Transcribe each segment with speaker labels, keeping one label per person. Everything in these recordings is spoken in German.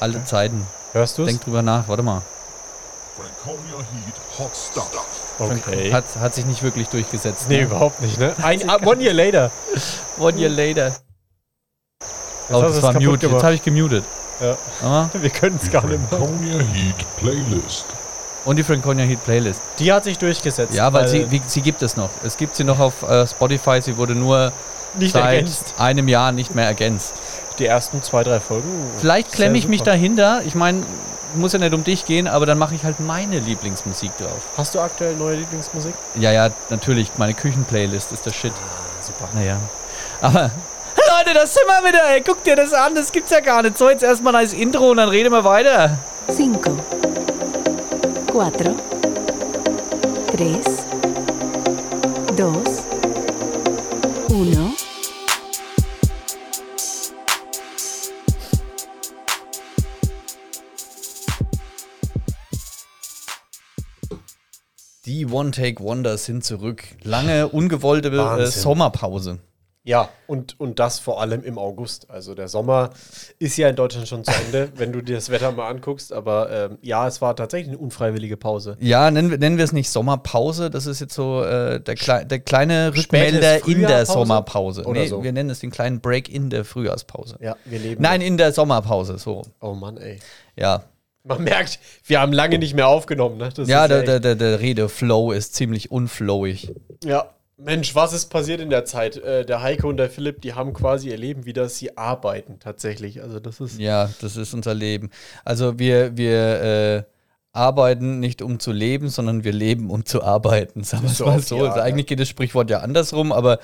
Speaker 1: alle Zeiten.
Speaker 2: Hörst du es?
Speaker 1: Denk drüber nach, warte mal.
Speaker 3: Franconia Heat Hot Stuff.
Speaker 2: Okay.
Speaker 1: Hat, hat sich nicht wirklich durchgesetzt.
Speaker 2: nee,
Speaker 1: ne?
Speaker 2: überhaupt nicht, ne? Ein, ah, one year later.
Speaker 1: One year later.
Speaker 2: Jetzt hast
Speaker 1: Oh,
Speaker 2: du
Speaker 1: das
Speaker 2: es
Speaker 1: war
Speaker 2: kaputt
Speaker 1: mute. Jetzt
Speaker 2: gemacht.
Speaker 1: habe ich gemutet.
Speaker 2: Ja.
Speaker 1: Warte mal.
Speaker 2: Wir können es gar nicht machen.
Speaker 3: Franconia Heat Playlist.
Speaker 1: Und die Franconia Heat Playlist.
Speaker 4: Die hat sich durchgesetzt.
Speaker 1: Ja, weil
Speaker 2: äh,
Speaker 1: sie, wie, sie gibt es noch. Es gibt sie noch auf äh, Spotify. Sie wurde nur
Speaker 4: nicht
Speaker 1: seit
Speaker 4: ergänzt.
Speaker 1: einem Jahr nicht mehr ergänzt.
Speaker 4: Die ersten zwei, drei Folgen.
Speaker 1: Vielleicht
Speaker 4: Sehr
Speaker 1: klemme ich mich
Speaker 4: super.
Speaker 1: dahinter. Ich meine, muss ja nicht um dich gehen, aber dann mache ich halt meine Lieblingsmusik drauf.
Speaker 4: Hast du aktuell neue Lieblingsmusik?
Speaker 1: Ja, ja, natürlich. Meine Küchenplaylist ist der Shit.
Speaker 4: Super.
Speaker 1: Ah, Naja. Aber. Leute, das sind wir wieder, ey. Guck dir das an, das gibt's ja gar nicht. So, jetzt erstmal als Intro und dann reden wir weiter.
Speaker 5: 5, 4, 3, 2, 1.
Speaker 1: Die One-Take-Wonders sind zurück. Lange, ungewollte äh,
Speaker 2: Wahnsinn.
Speaker 1: Sommerpause.
Speaker 4: Ja, und, und das vor allem im August. Also der Sommer ist ja in Deutschland schon zu Ende, wenn du dir das Wetter mal anguckst. Aber ähm, ja, es war tatsächlich eine unfreiwillige Pause.
Speaker 1: Ja, nennen, wir- nennen wir es nicht Sommerpause. Das ist jetzt so äh, der, klei der kleine Rückmelder in der
Speaker 4: Frühjahrpause?
Speaker 1: Sommerpause.
Speaker 4: Oder so.
Speaker 1: Wir nennen es den kleinen Break in der Frühjahrspause.
Speaker 4: Ja, wir leben.
Speaker 1: Nein, in der Sommerpause, so.
Speaker 4: Oh Mann, ey.
Speaker 1: Ja,
Speaker 4: Man merkt, wir haben lange nicht mehr aufgenommen. Ne? Das
Speaker 1: ja
Speaker 4: ist
Speaker 1: der,
Speaker 4: echt-
Speaker 1: der, der, der Redeflow ist ziemlich unflowig.
Speaker 4: ja. Mensch, was ist passiert in der Zeit? Äh, der Heiko und der Philipp, die haben quasi ihr Leben wieder, sie arbeiten tatsächlich. Also das ist.
Speaker 1: Ja, das ist unser Leben. Also wir, wir äh, arbeiten nicht um zu leben, sondern wir leben um zu arbeiten. Sagen wir es
Speaker 4: So
Speaker 1: mal
Speaker 4: oft,
Speaker 1: so.
Speaker 4: ja,
Speaker 1: also
Speaker 4: ja.
Speaker 1: eigentlich geht das Sprichwort ja andersrum, aber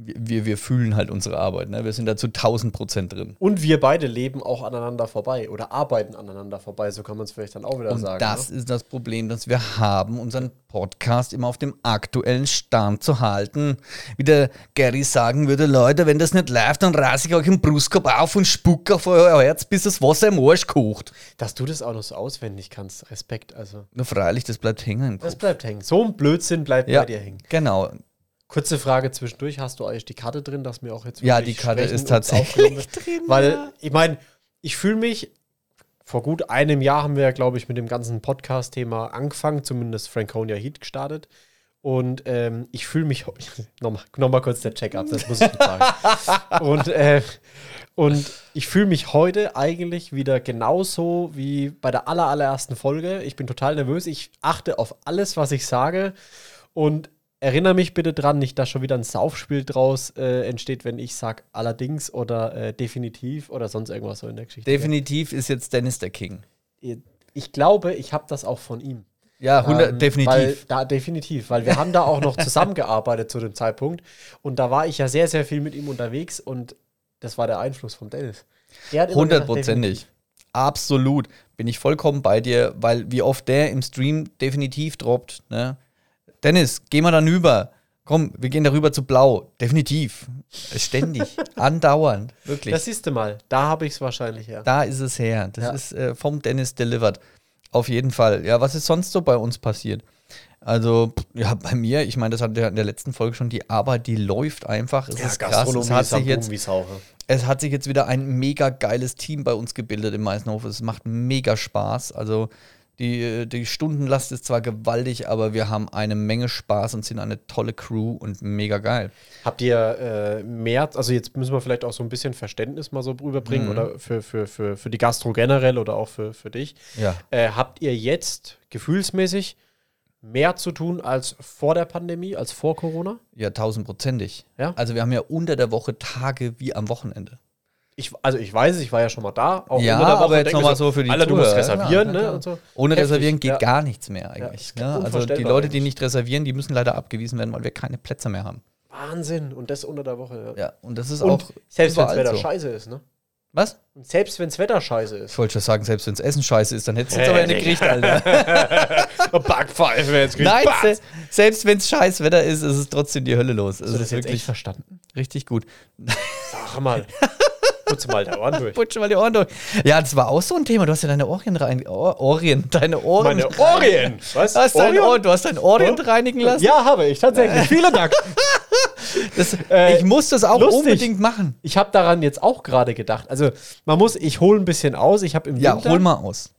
Speaker 1: wir, wir fühlen halt unsere Arbeit. Ne? Wir sind dazu 1000 Prozent drin.
Speaker 4: Und wir beide leben auch aneinander vorbei oder arbeiten aneinander vorbei, so kann man es vielleicht dann auch wieder
Speaker 1: Und
Speaker 4: sagen.
Speaker 1: das
Speaker 4: ne?
Speaker 1: ist das Problem, das wir haben, unseren Podcast immer auf dem aktuellen Stand zu halten. Wie der Gary sagen würde, Leute, wenn das nicht läuft, dann rase ich euch im Brustkorb auf und spuck auf euer Herz, bis das Wasser im Arsch kocht.
Speaker 4: Dass du das auch noch so auswendig kannst, Respekt. Also,
Speaker 1: Na freilich, das bleibt hängen im
Speaker 4: das
Speaker 1: Kopf.
Speaker 4: bleibt hängen. So ein Blödsinn bleibt
Speaker 1: Ja,
Speaker 4: bei dir hängen.
Speaker 1: genau.
Speaker 4: Kurze Frage zwischendurch: Hast du eigentlich die Karte drin, dass mir auch jetzt
Speaker 1: Ja,
Speaker 4: wirklich
Speaker 1: die Karte
Speaker 4: sprechen
Speaker 1: ist
Speaker 4: und
Speaker 1: tatsächlich
Speaker 4: aufgenommen wird?
Speaker 1: drin,
Speaker 4: Weil,
Speaker 1: ja.
Speaker 4: ich meine, ich fühle mich. Vor gut einem Jahr haben wir ja, glaube ich, mit dem ganzen Podcast-Thema angefangen, zumindest Franconia Heat gestartet. Und ähm, ich fühle mich. Nochmal noch mal kurz der Check-up, das muss ich sagen. und, äh, und ich fühle mich heute eigentlich wieder genauso wie bei der aller, allerersten Folge. Ich bin total nervös. Ich achte auf alles, was ich sage. Und erinnere mich bitte dran, nicht, dass schon wieder ein Saufspiel draus äh, entsteht, wenn ich sage allerdings oder äh, definitiv oder sonst irgendwas so in der Geschichte.
Speaker 1: Definitiv ist jetzt Dennis der King.
Speaker 4: ich glaube, ich habe das auch von ihm.
Speaker 1: Ja, 100,
Speaker 4: Ähm, Weil,
Speaker 1: Ah, definitiv.
Speaker 4: da, definitiv, weil wir haben da auch noch zusammengearbeitet zu dem Zeitpunkt und da war ich ja sehr, sehr viel mit ihm unterwegs und das war der Einfluss von Dennis. Der hat immer gesagt,
Speaker 1: Hundertprozentig. Absolut. Bin ich vollkommen bei dir, weil wie oft der im Stream definitiv droppt. Ne? Dennis, geh mal dann über. Komm, wir gehen darüber zu blau. Definitiv. Ständig. Andauernd. Wirklich.
Speaker 4: Das siehst du mal, da habe ich es wahrscheinlich her.
Speaker 1: da ist es her. Das
Speaker 4: Ja.
Speaker 1: ist äh, vom Dennis delivered. Auf jeden Fall. Ja, was ist sonst so bei uns passiert? Also, pff, ja, bei mir, ich meine, das hat ja in der letzten Folge schon, die Arbeit, die läuft einfach. Es ist krass. Es hat sich jetzt es hat sich jetzt wieder ein mega geiles Team bei uns gebildet im Meißenhof. Es macht mega Spaß. Also die, äh, die Stundenlast ist zwar gewaltig, aber wir haben eine Menge Spaß und sind eine tolle Crew und mega geil.
Speaker 4: Habt ihr äh, mehr, also jetzt müssen wir vielleicht auch so ein bisschen Verständnis mal so rüberbringen
Speaker 1: Mhm.
Speaker 4: oder für, für, für, für die Gastro generell oder auch für, für dich.
Speaker 1: Ja.
Speaker 4: Äh, habt ihr jetzt gefühlsmäßig mehr zu tun als vor der Pandemie, als vor Corona?
Speaker 1: Ja, tausendprozentig.
Speaker 4: Ja.
Speaker 1: Also wir haben ja unter der Woche Tage wie am Wochenende.
Speaker 4: Ich, also ich weiß es, ich war ja schon mal da. Auch
Speaker 1: Ja,
Speaker 4: Oh, unter der Woche
Speaker 1: aber jetzt
Speaker 4: denk
Speaker 1: noch
Speaker 4: mir
Speaker 1: mal so für die
Speaker 4: Alter, du musst
Speaker 1: Tour, ja,
Speaker 4: reservieren,
Speaker 1: na
Speaker 4: ne?
Speaker 1: klar.
Speaker 4: Und so.
Speaker 1: Ohne
Speaker 4: Heftig,
Speaker 1: reservieren geht
Speaker 4: ja.
Speaker 1: gar nichts mehr eigentlich.
Speaker 4: ist
Speaker 1: ne? Also die
Speaker 4: unvorstellbar
Speaker 1: Leute, die
Speaker 4: eigentlich.
Speaker 1: nicht reservieren, die müssen leider abgewiesen werden, weil wir keine Plätze mehr haben.
Speaker 4: Wahnsinn. Und das unter der Woche. Ja.
Speaker 1: Ja, und das ist
Speaker 4: Und
Speaker 1: auch
Speaker 4: selbst wenn das
Speaker 1: überall
Speaker 4: Wetter
Speaker 1: so.
Speaker 4: scheiße ist, ne?
Speaker 1: Was?
Speaker 4: Und selbst wenn das Wetter scheiße
Speaker 1: Ich
Speaker 4: ist.
Speaker 1: wollte schon sagen, selbst wenn das Essen scheiße ist, dann hättest du es
Speaker 4: Hey,
Speaker 1: aber nicht
Speaker 4: Digga.
Speaker 1: gekriegt, Alter.
Speaker 4: Backpfeife jetzt kriegt.
Speaker 1: Nein,
Speaker 4: Bah!
Speaker 1: se selbst wenn es scheiß Wetter ist, ist es trotzdem die Hölle los. Es
Speaker 4: Hast du das
Speaker 1: ist
Speaker 4: jetzt echt
Speaker 1: wirklich
Speaker 4: verstanden?
Speaker 1: richtig gut.
Speaker 4: Sag mal. Putz mal da Ohren durch.
Speaker 1: Putsch schon mal die Ohren durch. Ja, das war auch so ein Thema. Du hast ja deine Ohren rein. Ohr Orient, deine Ohren.
Speaker 4: Meine Orien. Was?
Speaker 1: Du hast, dein
Speaker 4: Orion?
Speaker 1: Ohr, du hast dein Orient reinigen lassen?
Speaker 4: Ja, habe ich tatsächlich. Vielen Dank.
Speaker 1: Das,
Speaker 4: Äh,
Speaker 1: ich muss das auch
Speaker 4: lustig.
Speaker 1: unbedingt machen.
Speaker 4: Ich habe daran jetzt auch gerade gedacht. Also man muss, ich hole ein bisschen aus. Ich habe im
Speaker 1: Ja,
Speaker 4: Winter,
Speaker 1: hol mal aus.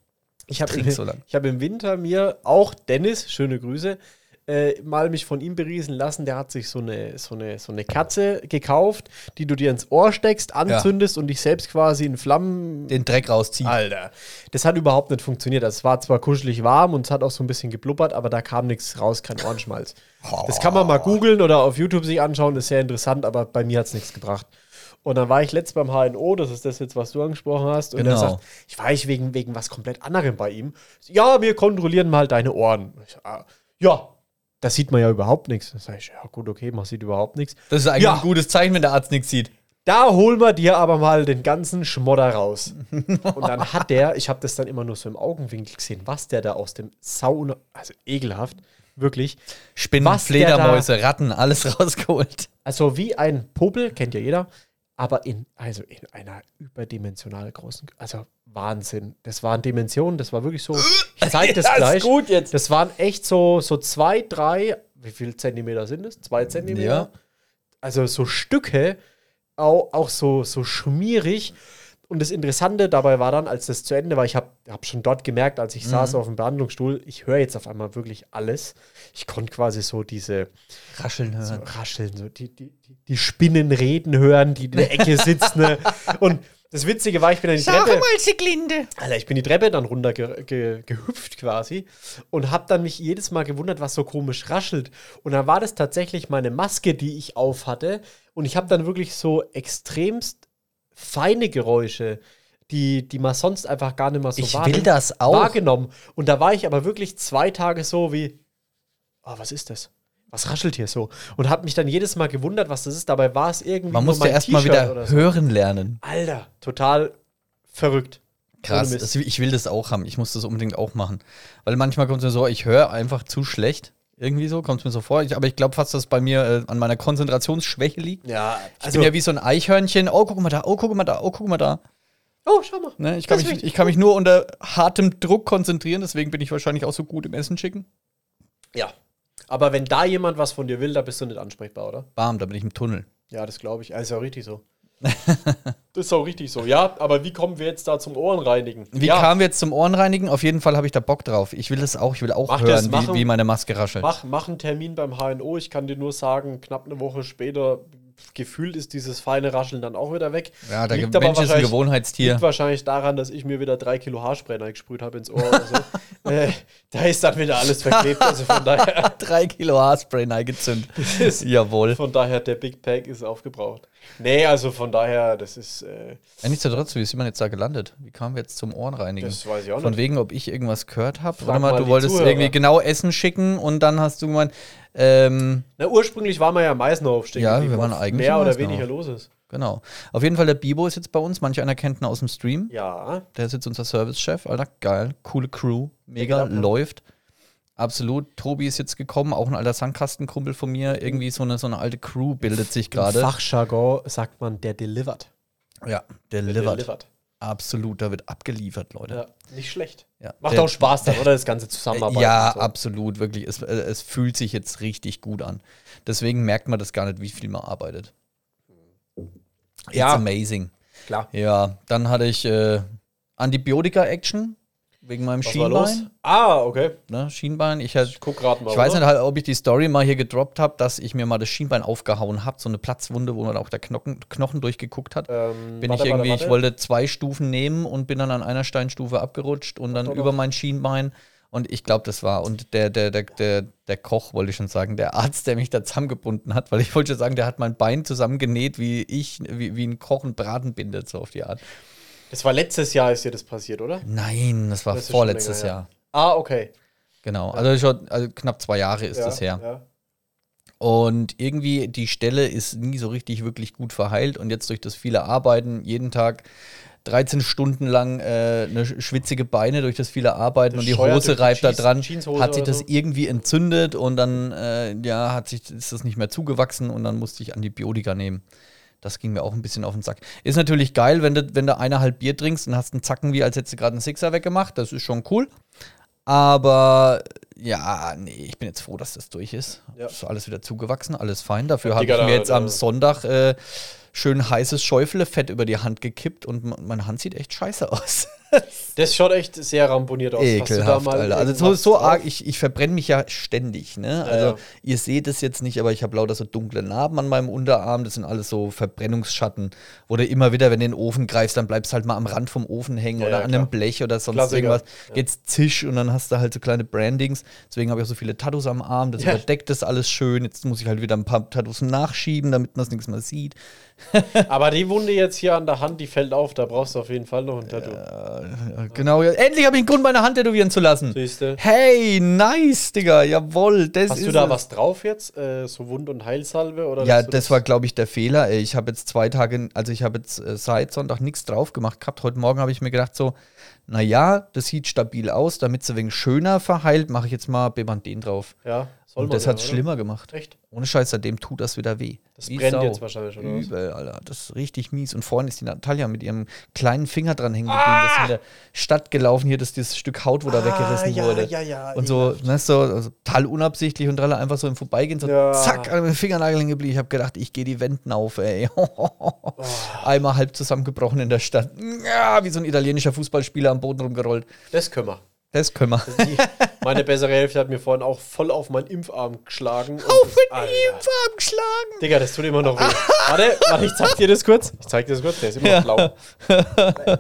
Speaker 4: ich habe
Speaker 1: trink so lang.
Speaker 4: ich hab im Winter mir auch Dennis, schöne Grüße, äh, mal mich von ihm beriesen lassen. Der hat sich so eine, so eine, so eine Kerze gekauft, die du dir ins Ohr steckst, anzündest und dich selbst quasi in Flammen
Speaker 1: Den Dreck rausziehen.
Speaker 4: Alter, das hat überhaupt nicht funktioniert. Das war zwar kuschelig warm und es hat auch so ein bisschen geblubbert, aber da kam nichts raus, kein Ohrenschmalz. Das kann man mal googeln oder auf YouTube sich anschauen, ist sehr interessant, aber bei mir hat es nichts gebracht. Und dann war ich letzt beim HNO, das ist das jetzt, was du angesprochen hast. Und
Speaker 1: Genau.
Speaker 4: er sagt, ich war ich wegen, wegen was komplett anderem bei ihm. Ja, wir kontrollieren mal deine Ohren. Ich, ah, ja, das sieht man ja überhaupt nichts. Dann sag ich, ja gut, okay, man sieht überhaupt nichts.
Speaker 1: Das ist eigentlich
Speaker 4: Ja.
Speaker 1: ein gutes Zeichen, wenn der Arzt nichts sieht.
Speaker 4: Da holen wir dir aber mal den ganzen Schmodder raus. Und dann hat der, ich habe das dann immer nur so im Augenwinkel gesehen, was der da aus dem Sauna, also ekelhaft, wirklich,
Speaker 1: Spinnen,
Speaker 4: Was der
Speaker 1: Fledermäuse, Ratten, alles rausgeholt.
Speaker 4: also wie ein Popel, kennt ja jeder, aber in, also in einer überdimensional großen, also Wahnsinn. Das waren Dimensionen, das war wirklich so, ich zeig das
Speaker 1: Ja, ist
Speaker 4: gleich.
Speaker 1: gut jetzt.
Speaker 4: Das waren echt so, so zwei, drei, wie viel Zentimeter sind es? Zwei Zentimeter?
Speaker 1: Ja.
Speaker 4: Also so Stücke, auch, auch so, so schmierig. Und das Interessante dabei war dann, als das zu Ende war, ich habe hab schon dort gemerkt, als ich
Speaker 1: Mhm.
Speaker 4: saß auf dem Behandlungsstuhl, ich höre jetzt auf einmal wirklich alles. Ich konnte quasi so diese,
Speaker 1: Rascheln
Speaker 4: so
Speaker 1: hören.
Speaker 4: rascheln, so die, die, die- die Spinnen reden hören, die in der Ecke sitzen. ne? Und das Witzige war, ich bin dann die Treppe,
Speaker 1: Siglinde.
Speaker 4: Alter, ich bin die Treppe dann runter ge, ge, gehüpft quasi und habe dann mich jedes Mal gewundert, was so komisch raschelt. Und dann war das tatsächlich meine Maske, die ich auf hatte. Und ich habe dann wirklich so extremst feine Geräusche, die, die man sonst einfach gar nicht mehr so
Speaker 1: Ich
Speaker 4: wahrnimmt,
Speaker 1: will das auch.
Speaker 4: wahrgenommen. Und da war ich aber wirklich zwei Tage so wie, ah, was ist das? Was raschelt hier so? Und habe mich dann jedes Mal gewundert, was das ist. Dabei war es irgendwie
Speaker 1: Man
Speaker 4: nur
Speaker 1: muss ja
Speaker 4: mein
Speaker 1: erstmal
Speaker 4: T-Shirt
Speaker 1: wieder
Speaker 4: oder so.
Speaker 1: hören lernen.
Speaker 4: Alter, total verrückt.
Speaker 1: Krass.
Speaker 4: Ohne Mist.
Speaker 1: Das, ich will das auch haben. Ich muss das unbedingt auch machen. Weil manchmal kommt es mir so, ich höre einfach zu schlecht. Irgendwie so kommt es mir so vor. Ich, aber ich glaube fast, dass es bei mir äh, an meiner Konzentrationsschwäche liegt.
Speaker 4: Ja,
Speaker 1: Ich bin ja wie so ein Eichhörnchen. Oh, guck mal da, oh, guck mal da, oh, guck mal da.
Speaker 4: Oh, schau mal.
Speaker 1: Ne? Ich, kann mich, ich kann mich nur unter hartem Druck konzentrieren, deswegen bin ich wahrscheinlich auch so gut im Essen schicken.
Speaker 4: Ja. Aber wenn da jemand was von dir will, da bist du nicht ansprechbar, oder?
Speaker 1: Bam, da bin ich im Tunnel.
Speaker 4: Ja, das glaube ich. Also ist auch richtig so. das ist auch richtig so. Ja, aber wie kommen wir jetzt da zum Ohrenreinigen?
Speaker 1: Wie
Speaker 4: ja,
Speaker 1: kamen wir jetzt zum Ohrenreinigen? Auf jeden Fall habe ich da Bock drauf. Ich will das auch. Ich will auch
Speaker 4: Mach das,
Speaker 1: hören,
Speaker 4: machen-
Speaker 1: wie, wie meine Maske raschelt.
Speaker 4: mach, mach einen Termin beim HNO. Ich kann dir nur sagen, knapp eine Woche später, gefühlt ist dieses feine Rascheln dann auch wieder weg.
Speaker 1: Ja, der
Speaker 4: Liegt
Speaker 1: Ge-
Speaker 4: aber
Speaker 1: Mensch ist ein
Speaker 4: wahrscheinlich-
Speaker 1: Gewohnheitstier.
Speaker 4: Liegt wahrscheinlich daran, dass ich mir wieder drei Kilo Haarspray gesprüht habe ins Ohr oder so. äh, da ist dann wieder alles verklebt. Also von daher,
Speaker 1: Drei Kilo Haarspray neigezündet. Jawohl.
Speaker 4: von daher, der Big Pack ist aufgebraucht. Nee, also von daher, das ist. Äh,
Speaker 1: Ja, Nichtsdestotrotz, wie sind wir jetzt da gelandet? Wie kamen wir jetzt zum Ohrenreinigen?
Speaker 4: Das weiß ich auch
Speaker 1: Hm. Von
Speaker 4: nicht.
Speaker 1: wegen, ob ich irgendwas gehört habe.
Speaker 4: Frag
Speaker 1: Warte mal,
Speaker 4: mal
Speaker 1: du
Speaker 4: die
Speaker 1: wolltest
Speaker 4: Zuhörer.
Speaker 1: irgendwie genau Essen schicken und dann hast du gemeint, ähm,
Speaker 4: Na, ursprünglich waren wir ja im Meißenhof stehen.
Speaker 1: Ja,
Speaker 4: geblieben,
Speaker 1: wir waren
Speaker 4: was
Speaker 1: eigentlich
Speaker 4: Mehr
Speaker 1: im
Speaker 4: oder
Speaker 1: Meißenhof.
Speaker 4: weniger los ist.
Speaker 1: genau. Auf jeden Fall, der Bibo ist jetzt bei uns. Manch einer kennt ihn aus dem Stream.
Speaker 4: Ja.
Speaker 1: Der ist jetzt unser Servicechef. Alter, geil. Coole Crew. Mega.
Speaker 4: Ja, klar.
Speaker 1: läuft. Absolut. Tobi ist jetzt gekommen. Auch ein alter Sandkastenkumpel von mir. Irgendwie so eine, so eine alte Crew bildet sich
Speaker 4: Im
Speaker 1: gerade.
Speaker 4: Fachjargon sagt man, der delivered.
Speaker 1: Ja,
Speaker 4: Der
Speaker 1: delivered. Absolut. Da wird abgeliefert, Leute.
Speaker 4: Ja, nicht schlecht.
Speaker 1: Ja.
Speaker 4: Macht
Speaker 1: Der-
Speaker 4: auch Spaß dann, oder? Das ganze Zusammenarbeiten.
Speaker 1: Ja,
Speaker 4: und so.
Speaker 1: absolut. Wirklich. Es, äh, es fühlt sich jetzt richtig gut an. Deswegen merkt man das gar nicht, wie viel man arbeitet. It's
Speaker 4: Ja.
Speaker 1: amazing.
Speaker 4: Klar.
Speaker 1: Ja, dann hatte ich äh, Antibiotika-Action wegen meinem
Speaker 4: Was war los?
Speaker 1: Schienbein.
Speaker 4: Ah, okay.
Speaker 1: Ne, Schienbein. Ich hatte
Speaker 4: Ich guck gerade mal.
Speaker 1: Ich weiß
Speaker 4: oder?
Speaker 1: nicht, halt, ob ich die Story mal hier gedroppt habe, dass ich mir mal das Schienbein aufgehauen habe, so eine Platzwunde, wo man auch der Knochen, Knochen durchgeguckt hat.
Speaker 4: Ähm,
Speaker 1: bin
Speaker 4: warte,
Speaker 1: ich irgendwie,
Speaker 4: warte,
Speaker 1: ich
Speaker 4: warte.
Speaker 1: wollte zwei Stufen nehmen und bin dann an einer Steinstufe abgerutscht und dann
Speaker 4: doch,
Speaker 1: über
Speaker 4: doch.
Speaker 1: mein Schienbein. Und ich glaube, das war. Und der, der, der, der, der Koch, wollte ich schon sagen, der Arzt, der mich da zusammengebunden hat, weil ich wollte schon sagen, der hat mein Bein zusammengenäht, wie ich, wie, wie ein Koch einen Braten bindet, so auf die Art.
Speaker 4: Das war letztes Jahr, ist dir das passiert, oder?
Speaker 1: Nein, das war
Speaker 4: Das ist schon
Speaker 1: vorletztes
Speaker 4: länger her.
Speaker 1: Jahr.
Speaker 4: Ah, okay.
Speaker 1: Genau. Also schon also knapp zwei Jahre ist
Speaker 4: ja,
Speaker 1: das her.
Speaker 4: Ja.
Speaker 1: Und irgendwie die Stelle ist nie so richtig wirklich gut verheilt. Und jetzt durch das viele Arbeiten, jeden Tag 13 Stunden lang äh, eine sch- schwitzige Beine durch das viele Arbeiten
Speaker 4: Das
Speaker 1: und die
Speaker 4: scheuert durch
Speaker 1: Hose
Speaker 4: die
Speaker 1: reibt da
Speaker 4: Jeans-
Speaker 1: dran,
Speaker 4: Jeanshose
Speaker 1: hat sich
Speaker 4: oder
Speaker 1: das
Speaker 4: so.
Speaker 1: irgendwie entzündet und dann äh, ja, hat sich, ist das nicht mehr zugewachsen und dann musste ich Antibiotika nehmen. Das ging mir auch ein bisschen auf den Sack. Ist natürlich geil, wenn du, wenn du eineinhalb Bier trinkst und hast einen Zacken, wie als hättest du gerade einen Sixer weggemacht. Das ist schon cool. Aber Ja, nee, ich bin jetzt froh, dass das durch ist.
Speaker 4: Ja.
Speaker 1: Ist alles wieder zugewachsen, alles fein. Dafür habe ich
Speaker 4: Digga,
Speaker 1: mir
Speaker 4: da-
Speaker 1: jetzt am
Speaker 4: da-
Speaker 1: Sonntag äh, schön heißes Schäufele-Fett über die Hand gekippt und m- meine Hand sieht echt scheiße aus.
Speaker 4: Das schaut echt sehr ramponiert aus. Hast du da
Speaker 1: Ekelhaft,
Speaker 4: mal
Speaker 1: Alter. Also so,
Speaker 4: irgendwas
Speaker 1: so
Speaker 4: drauf?
Speaker 1: arg, ich, ich verbrenne mich ja ständig, ne? Also
Speaker 4: ja.
Speaker 1: ihr seht es jetzt nicht, aber ich habe lauter so dunkle Narben an meinem Unterarm. Das sind alles so Verbrennungsschatten. Oder immer wieder, wenn du in den Ofen greifst, dann bleibst halt mal am Rand vom Ofen hängen
Speaker 4: Ja,
Speaker 1: oder
Speaker 4: ja,
Speaker 1: an
Speaker 4: klar.
Speaker 1: einem Blech oder sonst
Speaker 4: Klassiker.
Speaker 1: irgendwas.
Speaker 4: Ja.
Speaker 1: Jetzt zisch und dann hast du halt so kleine Brandings. Deswegen habe ich auch so viele Tattoos am Arm. Das
Speaker 4: Ja.
Speaker 1: überdeckt das alles schön. Jetzt muss ich halt wieder ein paar Tattoos nachschieben, damit man es nichts mehr sieht.
Speaker 4: Aber die Wunde jetzt hier an der Hand, die fällt auf. Da brauchst du auf jeden Fall noch ein Tattoo.
Speaker 1: Ja, genau. Ja. Endlich habe ich einen Grund, meine Hand tätowieren zu lassen.
Speaker 4: Siehste.
Speaker 1: Hey, nice, Digga. Jawohl, das
Speaker 4: Hast
Speaker 1: ist
Speaker 4: du da
Speaker 1: es.
Speaker 4: was drauf jetzt? Äh, so Wund- und Heilsalbe? Oder
Speaker 1: Ja,
Speaker 4: lässt du
Speaker 1: das war, glaube ich, der Fehler. ey. Ich habe jetzt zwei Tage, also ich habe jetzt äh, seit Sonntag nichts drauf gemacht gehabt. Heute Morgen habe ich mir gedacht, so, naja, das sieht stabil aus, damit es ein wenig schöner verheilt, mache ich jetzt mal Bepanthen drauf.
Speaker 4: Ja, soll
Speaker 1: Und das
Speaker 4: ja,
Speaker 1: hat es
Speaker 4: oder?
Speaker 1: schlimmer gemacht.
Speaker 4: Echt?
Speaker 1: Ohne Scheiß, seitdem tut das wieder weh.
Speaker 4: Das
Speaker 1: Wie
Speaker 4: brennt
Speaker 1: Sau.
Speaker 4: jetzt wahrscheinlich, oder was?
Speaker 1: Übel, Alter. Das ist richtig mies. Und vorhin ist die Natalia mit ihrem kleinen Finger dran hängen geblieben. Das ist in der Stadt gelaufen. Hier, das dieses Stück Haut, wo da
Speaker 4: Ah,
Speaker 1: weggerissen
Speaker 4: ja,
Speaker 1: wurde.
Speaker 4: ja, ja,
Speaker 1: Und so, ne, so also, total unabsichtlich und dann einfach so im Vorbeigehen so
Speaker 4: Ja.
Speaker 1: zack, an meinem Fingernagel hängen geblieben. Ich habe gedacht, ich gehe die Wänden auf, ey.
Speaker 4: Oh.
Speaker 1: Einmal halb zusammengebrochen in der Stadt. Ja, wie so ein italienischer Fußballspieler am Boden rumgerollt.
Speaker 4: Das können wir.
Speaker 1: Das können wir.
Speaker 4: Die, meine bessere Hälfte hat mir vorhin auch voll auf meinen Impfarm geschlagen. und
Speaker 1: Auf
Speaker 4: das-
Speaker 1: den
Speaker 4: Alter.
Speaker 1: Impfarm geschlagen.
Speaker 4: Digga, das tut immer noch weh. warte, warte, ich zeig dir das kurz. Ich zeig dir das kurz, der ist immer noch blau.